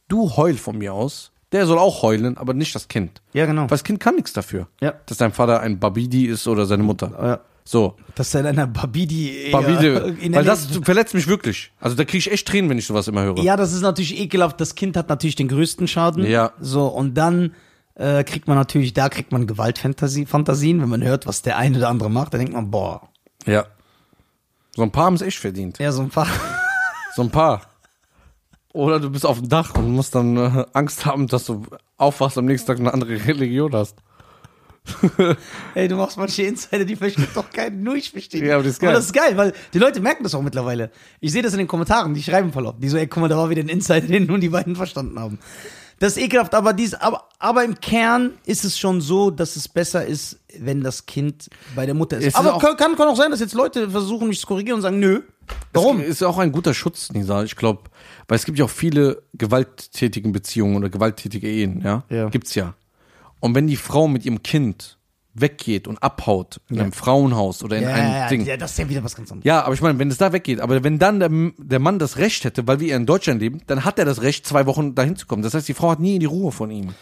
[SPEAKER 1] Du heul von mir aus. Der soll auch heulen, aber nicht das Kind.
[SPEAKER 2] Ja, genau.
[SPEAKER 1] Weil das Kind kann nichts dafür.
[SPEAKER 2] Ja.
[SPEAKER 1] Dass dein Vater ein Babidi ist oder seine Mutter.
[SPEAKER 2] Ja.
[SPEAKER 1] So.
[SPEAKER 2] Das ist in einer Babidi.
[SPEAKER 1] Barbide, weil das verletzt mich wirklich. Also da kriege ich echt Tränen, wenn ich sowas immer höre.
[SPEAKER 2] Ja, das ist natürlich ekelhaft. Das Kind hat natürlich den größten Schaden.
[SPEAKER 1] Ja.
[SPEAKER 2] So, und dann äh, kriegt man natürlich, da kriegt man Gewaltfantasien, wenn man hört, was der eine oder andere macht, dann denkt man, boah,
[SPEAKER 1] Ja. So ein paar haben es echt verdient.
[SPEAKER 2] ja, so ein Fach.
[SPEAKER 1] So ein paar. Oder du bist auf dem Dach und musst dann äh, Angst haben, dass du aufwachst am nächsten Tag eine andere Religion hast.
[SPEAKER 2] Ey, du machst manche Insider, die versteht doch keinen, nur ich verstehe. die.
[SPEAKER 1] Ja, aber das ist geil.
[SPEAKER 2] das ist geil, weil die Leute merken das auch mittlerweile. Ich sehe das in den Kommentaren, die schreiben verlaufen. Die so, ey, guck mal, da war wieder ein Insider, den nur die beiden verstanden haben. Das ist ekelhaft, aber, dies, aber, aber im Kern ist es schon so, dass es besser ist, wenn das Kind bei der Mutter ist.
[SPEAKER 1] Es ist
[SPEAKER 2] aber
[SPEAKER 1] auch-
[SPEAKER 2] kann, kann kann auch sein, dass jetzt Leute versuchen, mich zu korrigieren und sagen, nö. Warum?
[SPEAKER 1] Es ist auch ein guter Schutz, Nisa, ich glaube. Weil es gibt ja auch viele gewalttätigen Beziehungen oder gewalttätige Ehen, ja?
[SPEAKER 2] Ja.
[SPEAKER 1] Gibt's ja. Und wenn die Frau mit ihrem Kind weggeht und abhaut in einem Frauenhaus oder in
[SPEAKER 2] Ja,
[SPEAKER 1] einem
[SPEAKER 2] ja, ja,
[SPEAKER 1] Ding.
[SPEAKER 2] ja, das ist ja wieder was ganz anderes.
[SPEAKER 1] Ja, aber ich meine, wenn es da weggeht, aber wenn dann der, der Mann das Recht hätte, weil wir ja in Deutschland leben, dann hat er das Recht, zwei Wochen dahin zu kommen. Das heißt, die Frau hat nie die Ruhe von ihm.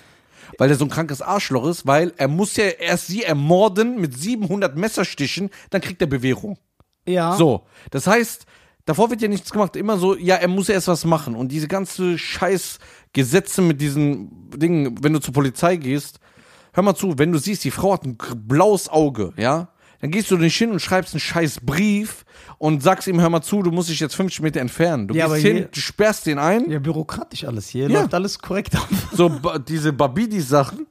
[SPEAKER 1] Weil er so ein krankes Arschloch ist, weil er muss ja erst sie ermorden mit 700 Messerstichen, dann kriegt er Bewährung.
[SPEAKER 2] Ja.
[SPEAKER 1] So, das heißt, davor wird ja nichts gemacht. Immer so, ja, er muss ja erst was machen. Und diese ganze scheiß Gesetze mit diesen Dingen, wenn du zur Polizei gehst, hör mal zu, wenn du siehst, die Frau hat ein gr- blaues Auge, ja, dann gehst du nicht hin und schreibst einen scheiß Brief und sagst ihm, hör mal zu, du musst dich jetzt 50 Meter entfernen. Du
[SPEAKER 2] Ja,
[SPEAKER 1] gehst
[SPEAKER 2] aber
[SPEAKER 1] hin,
[SPEAKER 2] hier-
[SPEAKER 1] du sperrst den ein,
[SPEAKER 2] Ja, bürokratisch alles hier.
[SPEAKER 1] Ja.
[SPEAKER 2] Läuft alles korrekt ab.
[SPEAKER 1] so ba diese Babidi-Sachen.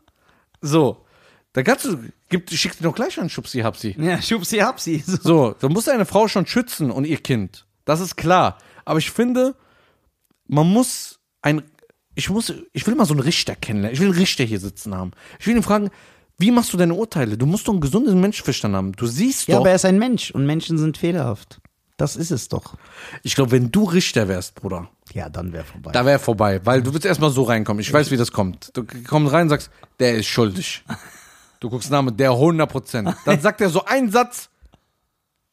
[SPEAKER 1] So, da kannst du, gibt, schickst dir doch gleich einen Schubsi-Hapsi.
[SPEAKER 2] Ja, schubsi, hapsi. So.
[SPEAKER 1] So, da muss eine Frau schon schützen und ihr Kind. Das ist klar. Aber ich finde, man muss ein, ich muss, ich will mal so einen Richter kennenlernen. Ich will einen Richter hier sitzen haben. Ich will ihn fragen, wie machst du deine Urteile? Du musst doch einen gesunden Menschenverstand haben. Du siehst
[SPEAKER 2] Ja,
[SPEAKER 1] doch.
[SPEAKER 2] aber er ist ein Mensch und Menschen sind fehlerhaft. Das ist es doch.
[SPEAKER 1] Ich glaube, wenn du Richter wärst, Bruder,
[SPEAKER 2] Ja, dann wäre vorbei.
[SPEAKER 1] da wäre vorbei, weil du willst erstmal so reinkommen. Ich weiß, wie das kommt. Du kommst rein und sagst, der ist schuldig. Du guckst Name, der 100 Prozent. Dann sagt er so einen Satz.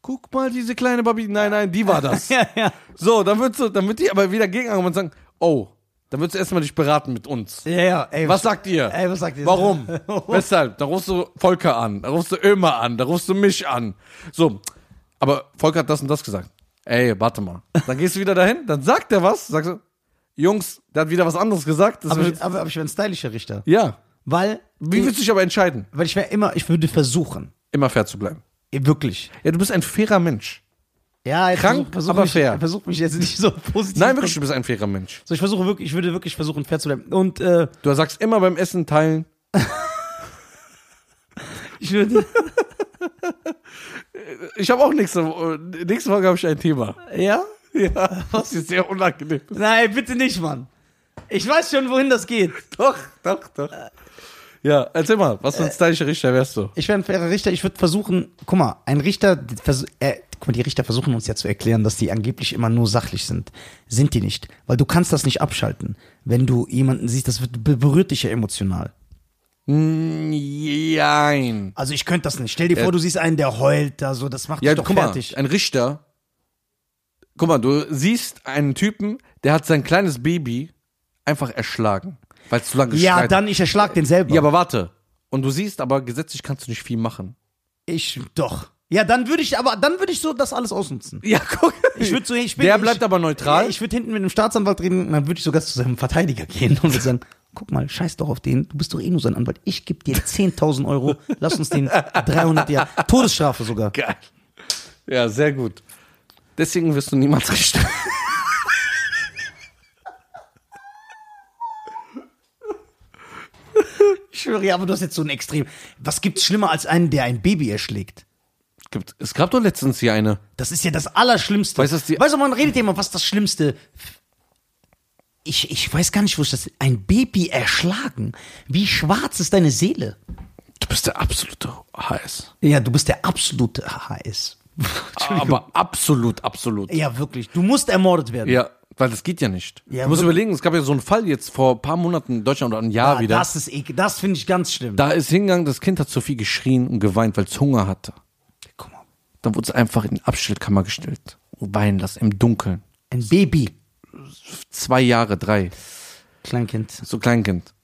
[SPEAKER 1] Guck mal, diese kleine Babi. Nein, nein, die war das.
[SPEAKER 2] ja, ja.
[SPEAKER 1] So, dann wird, so, dann wird die aber wieder gegenangehen und sagen, oh, dann würdest du erstmal dich beraten mit uns.
[SPEAKER 2] Ja, ja, ey.
[SPEAKER 1] Was sagt ihr?
[SPEAKER 2] Ey, was sagt ihr?
[SPEAKER 1] Warum? Weshalb? Da rufst du Volker an, da rufst du Ömer an, da rufst du mich an. So, aber Volker hat das und das gesagt. Ey, warte mal. Dann gehst du wieder dahin, dann sagt er was, sagst du, Jungs, der hat wieder was anderes gesagt. Das
[SPEAKER 2] Aber,
[SPEAKER 1] wird,
[SPEAKER 2] aber, aber ich wäre ein stylischer Richter.
[SPEAKER 1] ja.
[SPEAKER 2] Weil,
[SPEAKER 1] Wie willst du dich aber entscheiden?
[SPEAKER 2] weil ich wäre immer, ich würde versuchen.
[SPEAKER 1] Immer fair zu bleiben.
[SPEAKER 2] Wirklich.
[SPEAKER 1] Ja, du bist ein fairer Mensch.
[SPEAKER 2] Ja, jetzt
[SPEAKER 1] Krank, aber
[SPEAKER 2] mich,
[SPEAKER 1] fair.
[SPEAKER 2] Versuch mich jetzt nicht so positiv.
[SPEAKER 1] Nein, wirklich, du bist ein fairer Mensch.
[SPEAKER 2] So, ich versuche wirklich, ich würde wirklich versuchen, fair zu bleiben. Und äh,
[SPEAKER 1] Du sagst immer beim Essen teilen,
[SPEAKER 2] ich würde.
[SPEAKER 1] Ich habe auch nächste, äh, nächste Folge habe ich ein Thema.
[SPEAKER 2] ja?
[SPEAKER 1] Ja, das ist sehr unangenehm.
[SPEAKER 2] Nein, bitte nicht, Mann. Ich weiß schon, wohin das geht.
[SPEAKER 1] Doch, doch, doch. Ja, erzähl mal, was
[SPEAKER 2] Äh.
[SPEAKER 1] für ein stylischer Richter wärst du?
[SPEAKER 2] Ich wäre ein fairer Richter. Ich würde versuchen, guck mal, ein Richter, die vers- äh, guck mal, die Richter versuchen uns ja zu erklären, dass die angeblich immer nur sachlich sind. Sind die nicht. Weil du kannst das nicht abschalten. Wenn du jemanden siehst, das wird, be- berührt dich ja emotional.
[SPEAKER 1] Nein.
[SPEAKER 2] Also ich könnte das nicht. Stell dir vor, du siehst einen, der heult da so, das macht
[SPEAKER 1] Ja,
[SPEAKER 2] dich doch
[SPEAKER 1] guck mal,
[SPEAKER 2] fertig.
[SPEAKER 1] ein Richter. Guck mal, du siehst einen Typen, der hat sein kleines Baby einfach erschlagen, weil es zu lange
[SPEAKER 2] Ja,
[SPEAKER 1] schreit.
[SPEAKER 2] dann ich erschlag den selber.
[SPEAKER 1] ja, aber warte. Und du siehst aber, gesetzlich kannst du nicht viel machen.
[SPEAKER 2] ich doch. Ja, dann würde ich, aber dann würde ich so das alles ausnutzen.
[SPEAKER 1] Ja, guck.
[SPEAKER 2] Ich würde so, ich bin,
[SPEAKER 1] Der bleibt
[SPEAKER 2] ich,
[SPEAKER 1] aber neutral.
[SPEAKER 2] Ja, ich würde hinten mit einem Staatsanwalt reden, und dann würde ich sogar zu seinem Verteidiger gehen und würde sagen, guck mal, scheiß doch auf den, du bist doch eh nur sein Anwalt, ich gebe dir 10.000 Euro, lass uns den 300 Jahre, Todesstrafe sogar.
[SPEAKER 1] Geil. Ja, sehr gut. Deswegen wirst du niemals Richter.
[SPEAKER 2] Ich schwöre, ja, aber du hast jetzt so ein Extrem. Was gibt's schlimmer als einen, der ein Baby erschlägt?
[SPEAKER 1] Gibt, es gab doch letztens hier eine.
[SPEAKER 2] Das ist ja das Allerschlimmste.
[SPEAKER 1] Weißt du, was die-
[SPEAKER 2] weißt du, man redet ja immer, was das Schlimmste. Ich, ich weiß gar nicht, wo ich das. Ein Baby erschlagen. Wie schwarz ist deine Seele?
[SPEAKER 1] Du bist der absolute HS.
[SPEAKER 2] Ja, du bist der absolute HS.
[SPEAKER 1] Aber absolut, absolut.
[SPEAKER 2] Ja, wirklich. Du musst ermordet werden.
[SPEAKER 1] Ja, weil das geht ja nicht.
[SPEAKER 2] Ja,
[SPEAKER 1] du musst
[SPEAKER 2] wirklich.
[SPEAKER 1] überlegen, es gab ja so einen Fall jetzt vor ein paar Monaten in Deutschland oder ein Jahr
[SPEAKER 2] Ah,
[SPEAKER 1] wieder.
[SPEAKER 2] Das ist ekel. Das finde ich ganz schlimm.
[SPEAKER 1] Da ist hingegangen, das Kind hat so viel geschrien und geweint, weil es Hunger hatte.
[SPEAKER 2] Guck mal.
[SPEAKER 1] Dann wurde es einfach in die Abstellkammer gestellt und weinen lassen, im Dunkeln.
[SPEAKER 2] Ein Baby.
[SPEAKER 1] Zwei Jahre, drei,
[SPEAKER 2] Kleinkind.
[SPEAKER 1] so Kleinkind.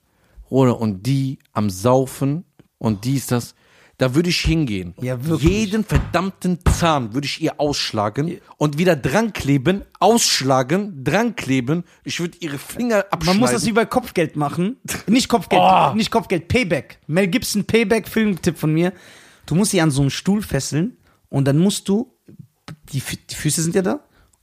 [SPEAKER 1] Oder und die am Saufen und dies, das. Da würde ich hingehen.
[SPEAKER 2] Ja, wirklich.
[SPEAKER 1] Jeden verdammten Zahn würde ich ihr ausschlagen und wieder drankleben, ausschlagen, drankleben. Ich würde ihre Finger abschneiden.
[SPEAKER 2] Man muss das wie bei Kopfgeld machen. Nicht Kopfgeld,
[SPEAKER 1] Oh.
[SPEAKER 2] nicht Kopfgeld, Payback. Mel Gibson Payback, Filmtipp von mir. Du musst sie an so einen Stuhl fesseln und dann musst du, die, Fü- die Füße sind ja da,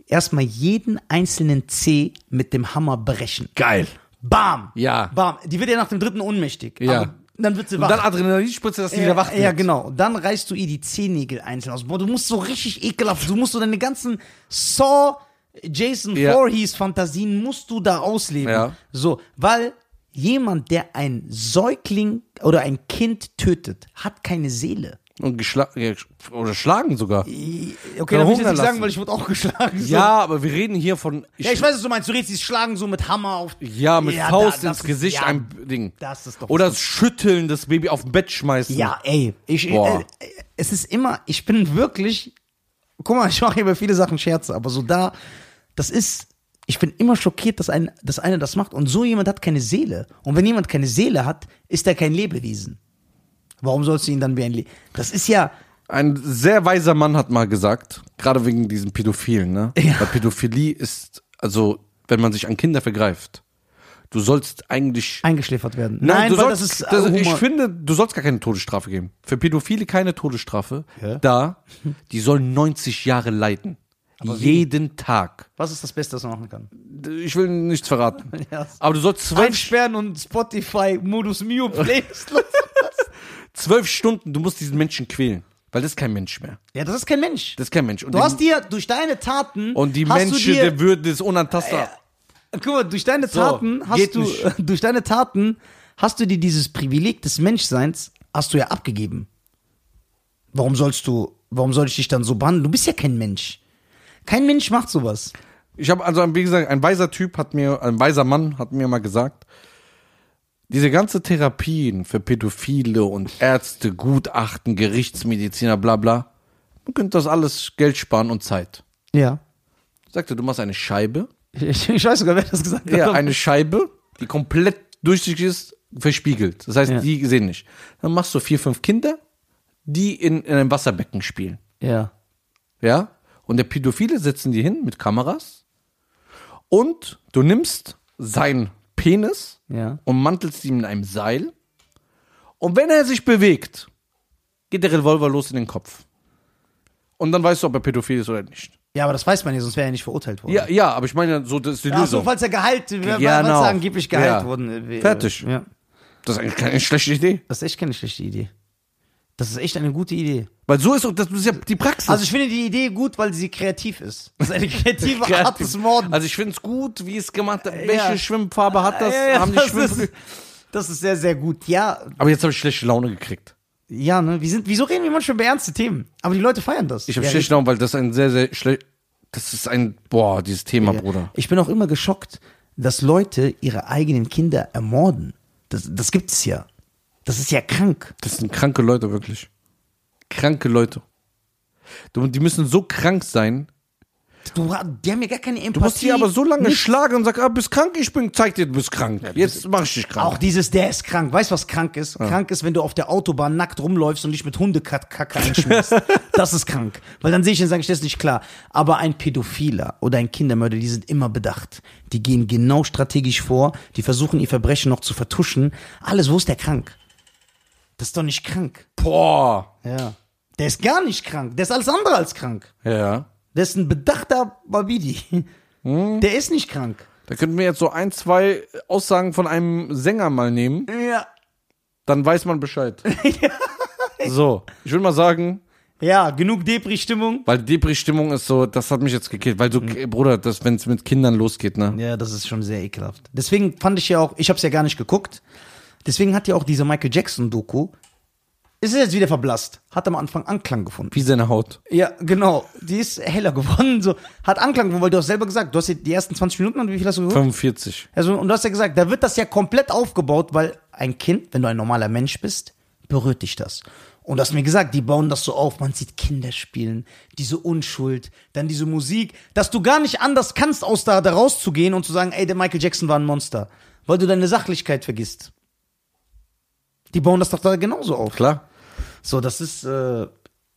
[SPEAKER 2] erstmal jeden einzelnen Zeh mit dem Hammer brechen.
[SPEAKER 1] Geil.
[SPEAKER 2] Bam!
[SPEAKER 1] Ja.
[SPEAKER 2] Bam! Die wird ja nach dem dritten ohnmächtig.
[SPEAKER 1] Ja.
[SPEAKER 2] Aber dann wird sie wach.
[SPEAKER 1] Und dann also Adrenalinspritze, dass die
[SPEAKER 2] ja,
[SPEAKER 1] wieder wach wird.
[SPEAKER 2] ja, genau. Und dann reißt du ihr die Zehennägel einzeln aus. Boah, du musst so richtig ekelhaft, du musst so deine ganzen Saw, Jason
[SPEAKER 1] Ja.
[SPEAKER 2] Voorhees Fantasien musst du da ausleben.
[SPEAKER 1] Ja.
[SPEAKER 2] So, weil jemand, der ein Säugling oder ein Kind tötet, hat keine Seele.
[SPEAKER 1] Und geschlagen, oder schlagen sogar.
[SPEAKER 2] Okay,
[SPEAKER 1] Kann
[SPEAKER 2] darf ich
[SPEAKER 1] hungern lassen.
[SPEAKER 2] ich wurde auch geschlagen. So.
[SPEAKER 1] Ja, aber wir reden hier von.
[SPEAKER 2] Ja, ich weiß, was du meinst. Du redest, sie schlagen so mit Hammer auf.
[SPEAKER 1] Ja, mit
[SPEAKER 2] Ja, da-
[SPEAKER 1] Faust
[SPEAKER 2] das
[SPEAKER 1] ins
[SPEAKER 2] ist-
[SPEAKER 1] Gesicht,
[SPEAKER 2] ja,
[SPEAKER 1] ein Ding.
[SPEAKER 2] das ist doch-
[SPEAKER 1] Oder das Schütteln des Baby auf dem Bett schmeißen.
[SPEAKER 2] Ja, ey, ich,
[SPEAKER 1] Boah.
[SPEAKER 2] äh, es ist immer, ich bin wirklich, guck mal, ich mache über viele Sachen Scherze, aber so da, das ist, ich bin immer schockiert, dass, ein, dass einer das macht und so jemand hat keine Seele. Und wenn jemand keine Seele hat, ist er kein Lebewesen. Warum sollst du ihn dann wie ein Le Das ist ja,
[SPEAKER 1] Ein sehr weiser Mann hat mal gesagt, gerade wegen diesen Pädophilen, ne?
[SPEAKER 2] Ja.
[SPEAKER 1] Weil Pädophilie ist, also, wenn man sich an Kinder vergreift, du sollst eigentlich.
[SPEAKER 2] eingeschläfert werden.
[SPEAKER 1] du
[SPEAKER 2] weil
[SPEAKER 1] sollst,
[SPEAKER 2] äh,
[SPEAKER 1] das- ich
[SPEAKER 2] Humor.
[SPEAKER 1] finde, du sollst gar keine Todesstrafe geben. Für Pädophile keine Todesstrafe.
[SPEAKER 2] Ja.
[SPEAKER 1] Da, die sollen 90 Jahre leiden. Jeden Tag.
[SPEAKER 2] was ist das Beste, was man machen kann?
[SPEAKER 1] Ich will nichts verraten.
[SPEAKER 2] Ja.
[SPEAKER 1] Aber du sollst zwölf
[SPEAKER 2] Einsperren und Spotify Modus Mio Playlist.
[SPEAKER 1] Zwölf Stunden, du musst diesen Menschen quälen. Weil das ist kein Mensch mehr.
[SPEAKER 2] ja, das ist kein Mensch.
[SPEAKER 1] Das ist kein Mensch. Und
[SPEAKER 2] Du
[SPEAKER 1] die,
[SPEAKER 2] hast dir durch deine Taten
[SPEAKER 1] und die
[SPEAKER 2] hast du
[SPEAKER 1] Menschen,
[SPEAKER 2] dir-
[SPEAKER 1] der Würde ist unantastbar.
[SPEAKER 2] Äh, Guck mal, durch deine Taten hast
[SPEAKER 1] geht
[SPEAKER 2] du
[SPEAKER 1] nicht.
[SPEAKER 2] durch deine Taten hast du dir dieses Privileg des Menschseins hast du ja abgegeben. Warum sollst du warum soll ich dich dann so behandeln? Du bist ja kein Mensch. Kein Mensch macht sowas.
[SPEAKER 1] Ich habe also, wie gesagt, ein weiser Typ hat mir, ein weiser Mann hat mir mal gesagt, diese ganze Therapien für Pädophile und Ärzte, Gutachten, Gerichtsmediziner, bla bla, man könnte das alles Geld sparen und Zeit.
[SPEAKER 2] Ja.
[SPEAKER 1] Ich sagte, du machst eine Scheibe,
[SPEAKER 2] Ich, ich weiß sogar, wer das gesagt hat.
[SPEAKER 1] ja, eine Scheibe, die komplett durchsichtig ist, verspiegelt. Das heißt,
[SPEAKER 2] Ja.
[SPEAKER 1] die sehen nicht. Dann machst du vier, fünf Kinder, die in, in einem Wasserbecken spielen.
[SPEAKER 2] ja.
[SPEAKER 1] Ja? Und der Pädophile setzen die hin mit Kameras und du nimmst seinen Penis
[SPEAKER 2] Ja.
[SPEAKER 1] und mantelst ihn in einem Seil. Und wenn er sich bewegt, geht der Revolver los in den Kopf. Und dann weißt du, ob er pädophil ist oder nicht.
[SPEAKER 2] Ja, aber das weiß man ja, sonst wäre er nicht verurteilt worden.
[SPEAKER 1] Ja, ja, aber ich meine, so, das ist die
[SPEAKER 2] Ach so,
[SPEAKER 1] Lösung.
[SPEAKER 2] falls er geheilt, weil falls
[SPEAKER 1] Genau.
[SPEAKER 2] er angeblich geheilt
[SPEAKER 1] Ja.
[SPEAKER 2] worden. äh,
[SPEAKER 1] Fertig.
[SPEAKER 2] Ja.
[SPEAKER 1] Das ist eigentlich keine schlechte Idee.
[SPEAKER 2] Das ist echt keine schlechte Idee. Das ist echt eine gute Idee.
[SPEAKER 1] Weil so ist, das ist ja die Praxis.
[SPEAKER 2] Also ich finde die Idee gut, weil sie kreativ ist. Das ist eine kreative Art des Morden.
[SPEAKER 1] Also ich finde es gut, wie es gemacht hat. Welche
[SPEAKER 2] Ja.
[SPEAKER 1] Schwimmfarbe Also, hat das?
[SPEAKER 2] Ja, ja,
[SPEAKER 1] Haben die
[SPEAKER 2] das,
[SPEAKER 1] Schwimm
[SPEAKER 2] ist, das ist sehr, sehr gut. Ja,
[SPEAKER 1] aber jetzt habe ich schlechte Laune gekriegt.
[SPEAKER 2] ja, ne? Wir sind, wieso reden wir manchmal über ernste Themen? Aber die Leute feiern das.
[SPEAKER 1] Ich habe
[SPEAKER 2] ja,
[SPEAKER 1] schlechte Laune, weil das ein sehr, sehr schlecht. Das ist ein, boah, dieses Thema,
[SPEAKER 2] ich-
[SPEAKER 1] Bruder.
[SPEAKER 2] Ich bin auch immer geschockt, dass Leute ihre eigenen Kinder ermorden. Das, das gibt es ja. Das ist ja krank.
[SPEAKER 1] Das sind kranke Leute, wirklich. Kranke Leute. Du- Die müssen so krank sein.
[SPEAKER 2] Du, die haben ja gar keine Empathie.
[SPEAKER 1] Du musst die aber so lange schlagen und sagst, ah, bist krank, ich bin, zeig dir, du bist krank. Jetzt mach ich dich krank.
[SPEAKER 2] Auch dieses, der ist krank. Weißt du, was krank ist? Krank ist, wenn du auf der Autobahn nackt rumläufst und dich mit Hundekacke einschmierst. das ist krank. Weil dann sehe ich ihn und sage ich, das ist nicht klar. Aber ein Pädophiler oder ein Kindermörder, die sind immer bedacht. Die gehen genau strategisch vor. Die versuchen, ihr Verbrechen noch zu vertuschen. Alles, wo ist der krank? Das ist doch nicht krank.
[SPEAKER 1] Boah.
[SPEAKER 2] Ja. Der ist gar nicht krank. Der ist alles andere als krank.
[SPEAKER 1] Ja.
[SPEAKER 2] Der ist ein bedachter Babidi. Der ist nicht krank.
[SPEAKER 1] Da könnten wir jetzt so ein, zwei Aussagen von einem Sänger mal nehmen.
[SPEAKER 2] Ja.
[SPEAKER 1] dann weiß man Bescheid. So, ich würde mal sagen,
[SPEAKER 2] Ja, genug Depri-Stimmung.
[SPEAKER 1] weil die Depri-Stimmung ist so, das hat mich jetzt gekillt, weil so, Bruder, das, wenn es mit Kindern losgeht, ne?
[SPEAKER 2] Mhm. Ja, das ist schon sehr ekelhaft. Deswegen fand ich ja auch, ich hab's ja gar nicht geguckt. Deswegen hat ja auch diese Michael Jackson-Doku, ist jetzt wieder verblasst, hat am Anfang Anklang gefunden.
[SPEAKER 1] Wie seine Haut.
[SPEAKER 2] Ja, genau. Die ist heller geworden. So. Hat Anklang gewonnen, weil du hast selber gesagt, du hast die ersten 20 Minuten und wie viel hast du gewonnen?
[SPEAKER 1] 45.
[SPEAKER 2] Also, und du hast ja gesagt, da wird das ja komplett aufgebaut, weil ein Kind, wenn du ein normaler Mensch bist, berührt dich das. Und du hast mir gesagt, die bauen das so auf. Man sieht Kinder spielen, diese Unschuld, dann diese Musik, dass du gar nicht anders kannst, aus da, da rauszugehen und zu sagen, ey, der Michael Jackson war ein Monster, weil du deine Sachlichkeit vergisst. Die bauen das doch da genauso auf.
[SPEAKER 1] Klar.
[SPEAKER 2] So, das ist. Äh,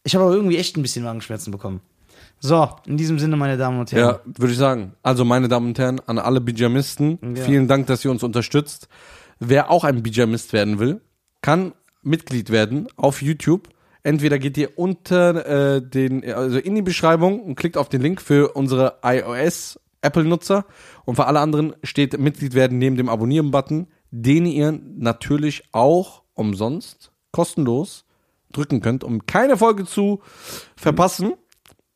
[SPEAKER 2] ich habe aber irgendwie echt ein bisschen Magenschmerzen bekommen. So, in diesem Sinne, meine Damen und Herren.
[SPEAKER 1] Ja, würde ich sagen. Also, meine Damen und Herren, an alle Bijamisten,
[SPEAKER 2] Ja.
[SPEAKER 1] vielen Dank, dass ihr uns unterstützt. Wer auch ein Bijamist werden will, kann Mitglied werden auf YouTube. Entweder geht ihr unter äh, den, also in die Beschreibung und klickt auf den Link für unsere iOS Apple-Nutzer. Und für alle anderen steht Mitglied werden neben dem Abonnieren-Button, den ihr natürlich auch umsonst, kostenlos drücken könnt, um keine Folge zu verpassen.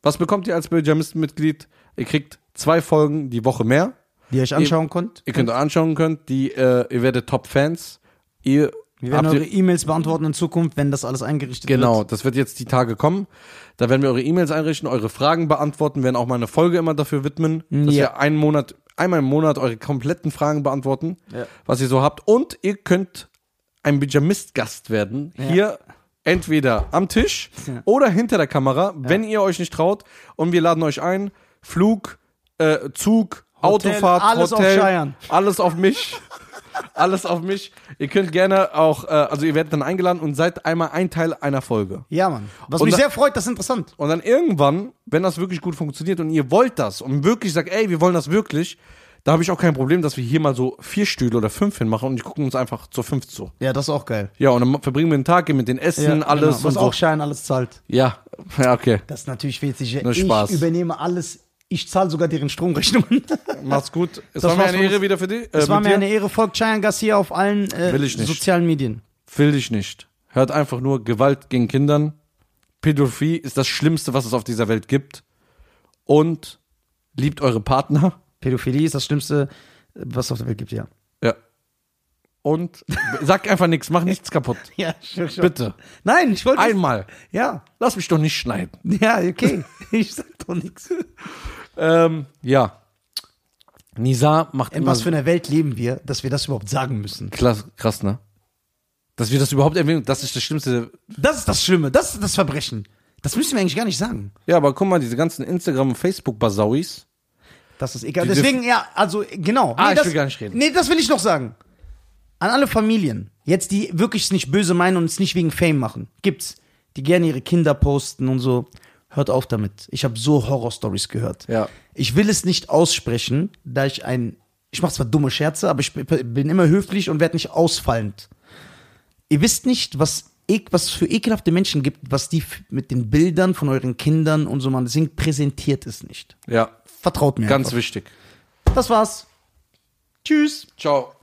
[SPEAKER 1] Was bekommt ihr als Pyjamisten-Mitglied? Ihr kriegt zwei Folgen die Woche mehr.
[SPEAKER 2] Die ihr euch anschauen könnt.
[SPEAKER 1] Ihr könnt euch anschauen könnt, die, äh, ihr werdet Top-Fans. Ihr
[SPEAKER 2] Wir werden
[SPEAKER 1] habt
[SPEAKER 2] eure
[SPEAKER 1] ihr,
[SPEAKER 2] E-Mails beantworten in Zukunft, wenn das alles eingerichtet
[SPEAKER 1] genau,
[SPEAKER 2] wird.
[SPEAKER 1] das wird jetzt die Tage kommen. Da werden wir eure E-Mails einrichten, eure Fragen beantworten, werden auch mal eine Folge immer dafür widmen, dass
[SPEAKER 2] Ja.
[SPEAKER 1] wir einen Monat, einmal im Monat eure kompletten Fragen beantworten,
[SPEAKER 2] Ja.
[SPEAKER 1] was ihr so habt. Und ihr könnt ein Pyjamist-Gast werden. Hier entweder am Tisch
[SPEAKER 2] Ja.
[SPEAKER 1] oder hinter der Kamera, wenn ihr euch nicht traut. Und wir laden euch ein. Flug, äh, Zug,
[SPEAKER 2] Hotel,
[SPEAKER 1] Autofahrt,
[SPEAKER 2] alles auf
[SPEAKER 1] Hotel,
[SPEAKER 2] Scheiern.
[SPEAKER 1] alles auf mich. Alles auf mich. Ihr könnt gerne auch, äh, also ihr werdet dann eingeladen und seid einmal ein Teil einer Folge.
[SPEAKER 2] Ja, Mann. Was
[SPEAKER 1] Und
[SPEAKER 2] mich
[SPEAKER 1] da-
[SPEAKER 2] sehr freut, das ist interessant.
[SPEAKER 1] Und dann irgendwann, wenn das wirklich gut funktioniert und ihr wollt das und wirklich sagt, ey, wir wollen das wirklich, da habe ich auch kein Problem, dass wir hier mal so vier Stühle oder fünf hinmachen und die gucken uns einfach zur fünf zu.
[SPEAKER 2] Ja, das ist auch geil.
[SPEAKER 1] Ja, und dann verbringen wir den Tag hier mit den Essen, alles
[SPEAKER 2] genau. Was
[SPEAKER 1] und
[SPEAKER 2] auch
[SPEAKER 1] so.
[SPEAKER 2] Schein alles zahlt.
[SPEAKER 1] Ja, ja, okay.
[SPEAKER 2] Das ist natürlich witzig.
[SPEAKER 1] Nur
[SPEAKER 2] ich
[SPEAKER 1] Spaß.
[SPEAKER 2] übernehme alles. Ich zahle sogar deren Stromrechnungen.
[SPEAKER 1] Macht's gut. Es
[SPEAKER 2] Das
[SPEAKER 1] war mir eine
[SPEAKER 2] war's von
[SPEAKER 1] Ehre
[SPEAKER 2] uns.
[SPEAKER 1] wieder für dich. äh,
[SPEAKER 2] Es war mir eine
[SPEAKER 1] Ehre.
[SPEAKER 2] Ehre. Folgt Cheyenne Garcia auf allen äh,
[SPEAKER 1] Will ich nicht.
[SPEAKER 2] sozialen Medien.
[SPEAKER 1] Will dich nicht. Hört einfach nur Gewalt gegen Kindern. Pädophilie ist das Schlimmste, was es auf dieser Welt gibt. Und liebt eure Partner.
[SPEAKER 2] Pädophilie ist das Schlimmste, was es auf der Welt gibt, ja.
[SPEAKER 1] Ja. Und sagt einfach nichts, mach nichts kaputt.
[SPEAKER 2] Ja, schon, schon.
[SPEAKER 1] Bitte.
[SPEAKER 2] Nein, ich wollte.
[SPEAKER 1] Einmal.
[SPEAKER 2] Ja.
[SPEAKER 1] Lass mich doch nicht schneiden.
[SPEAKER 2] Ja, okay. Ich sag doch nichts.
[SPEAKER 1] Ähm, ja. Nisa macht
[SPEAKER 2] In
[SPEAKER 1] immer
[SPEAKER 2] was für einer Welt leben wir, dass wir das überhaupt sagen müssen?
[SPEAKER 1] krass, krass, ne? Dass wir das überhaupt erwähnen, das ist das Schlimmste
[SPEAKER 2] Das ist das Schlimme, das ist das Verbrechen. Das müssen wir eigentlich gar nicht sagen.
[SPEAKER 1] Ja, aber guck mal, diese ganzen Instagram- und Facebook-Basauis.
[SPEAKER 2] Das ist egal.
[SPEAKER 1] Die dürfen-
[SPEAKER 2] Deswegen, ja, also genau.
[SPEAKER 1] Ah, ich
[SPEAKER 2] das,
[SPEAKER 1] will gar nicht reden.
[SPEAKER 2] Nee, das will ich noch sagen. An alle Familien, jetzt die wirklich es nicht böse meinen und es nicht wegen Fame machen, gibt's, die gerne ihre Kinder posten und so. Hört auf damit. Ich habe so Horrorstories gehört.
[SPEAKER 1] Ja.
[SPEAKER 2] Ich will es nicht aussprechen, da ich ein. Ich mache zwar dumme Scherze, aber ich bin immer höflich und werde nicht ausfallend. Ihr wisst nicht, was, ek- was für ekelhafte Menschen gibt, was die f- mit den Bildern von euren Kindern und so machen. Deswegen präsentiert es nicht.
[SPEAKER 1] Ja,
[SPEAKER 2] Vertraut mir.
[SPEAKER 1] ganz
[SPEAKER 2] einfach.
[SPEAKER 1] wichtig.
[SPEAKER 2] Das war's. Tschüss.
[SPEAKER 1] Ciao.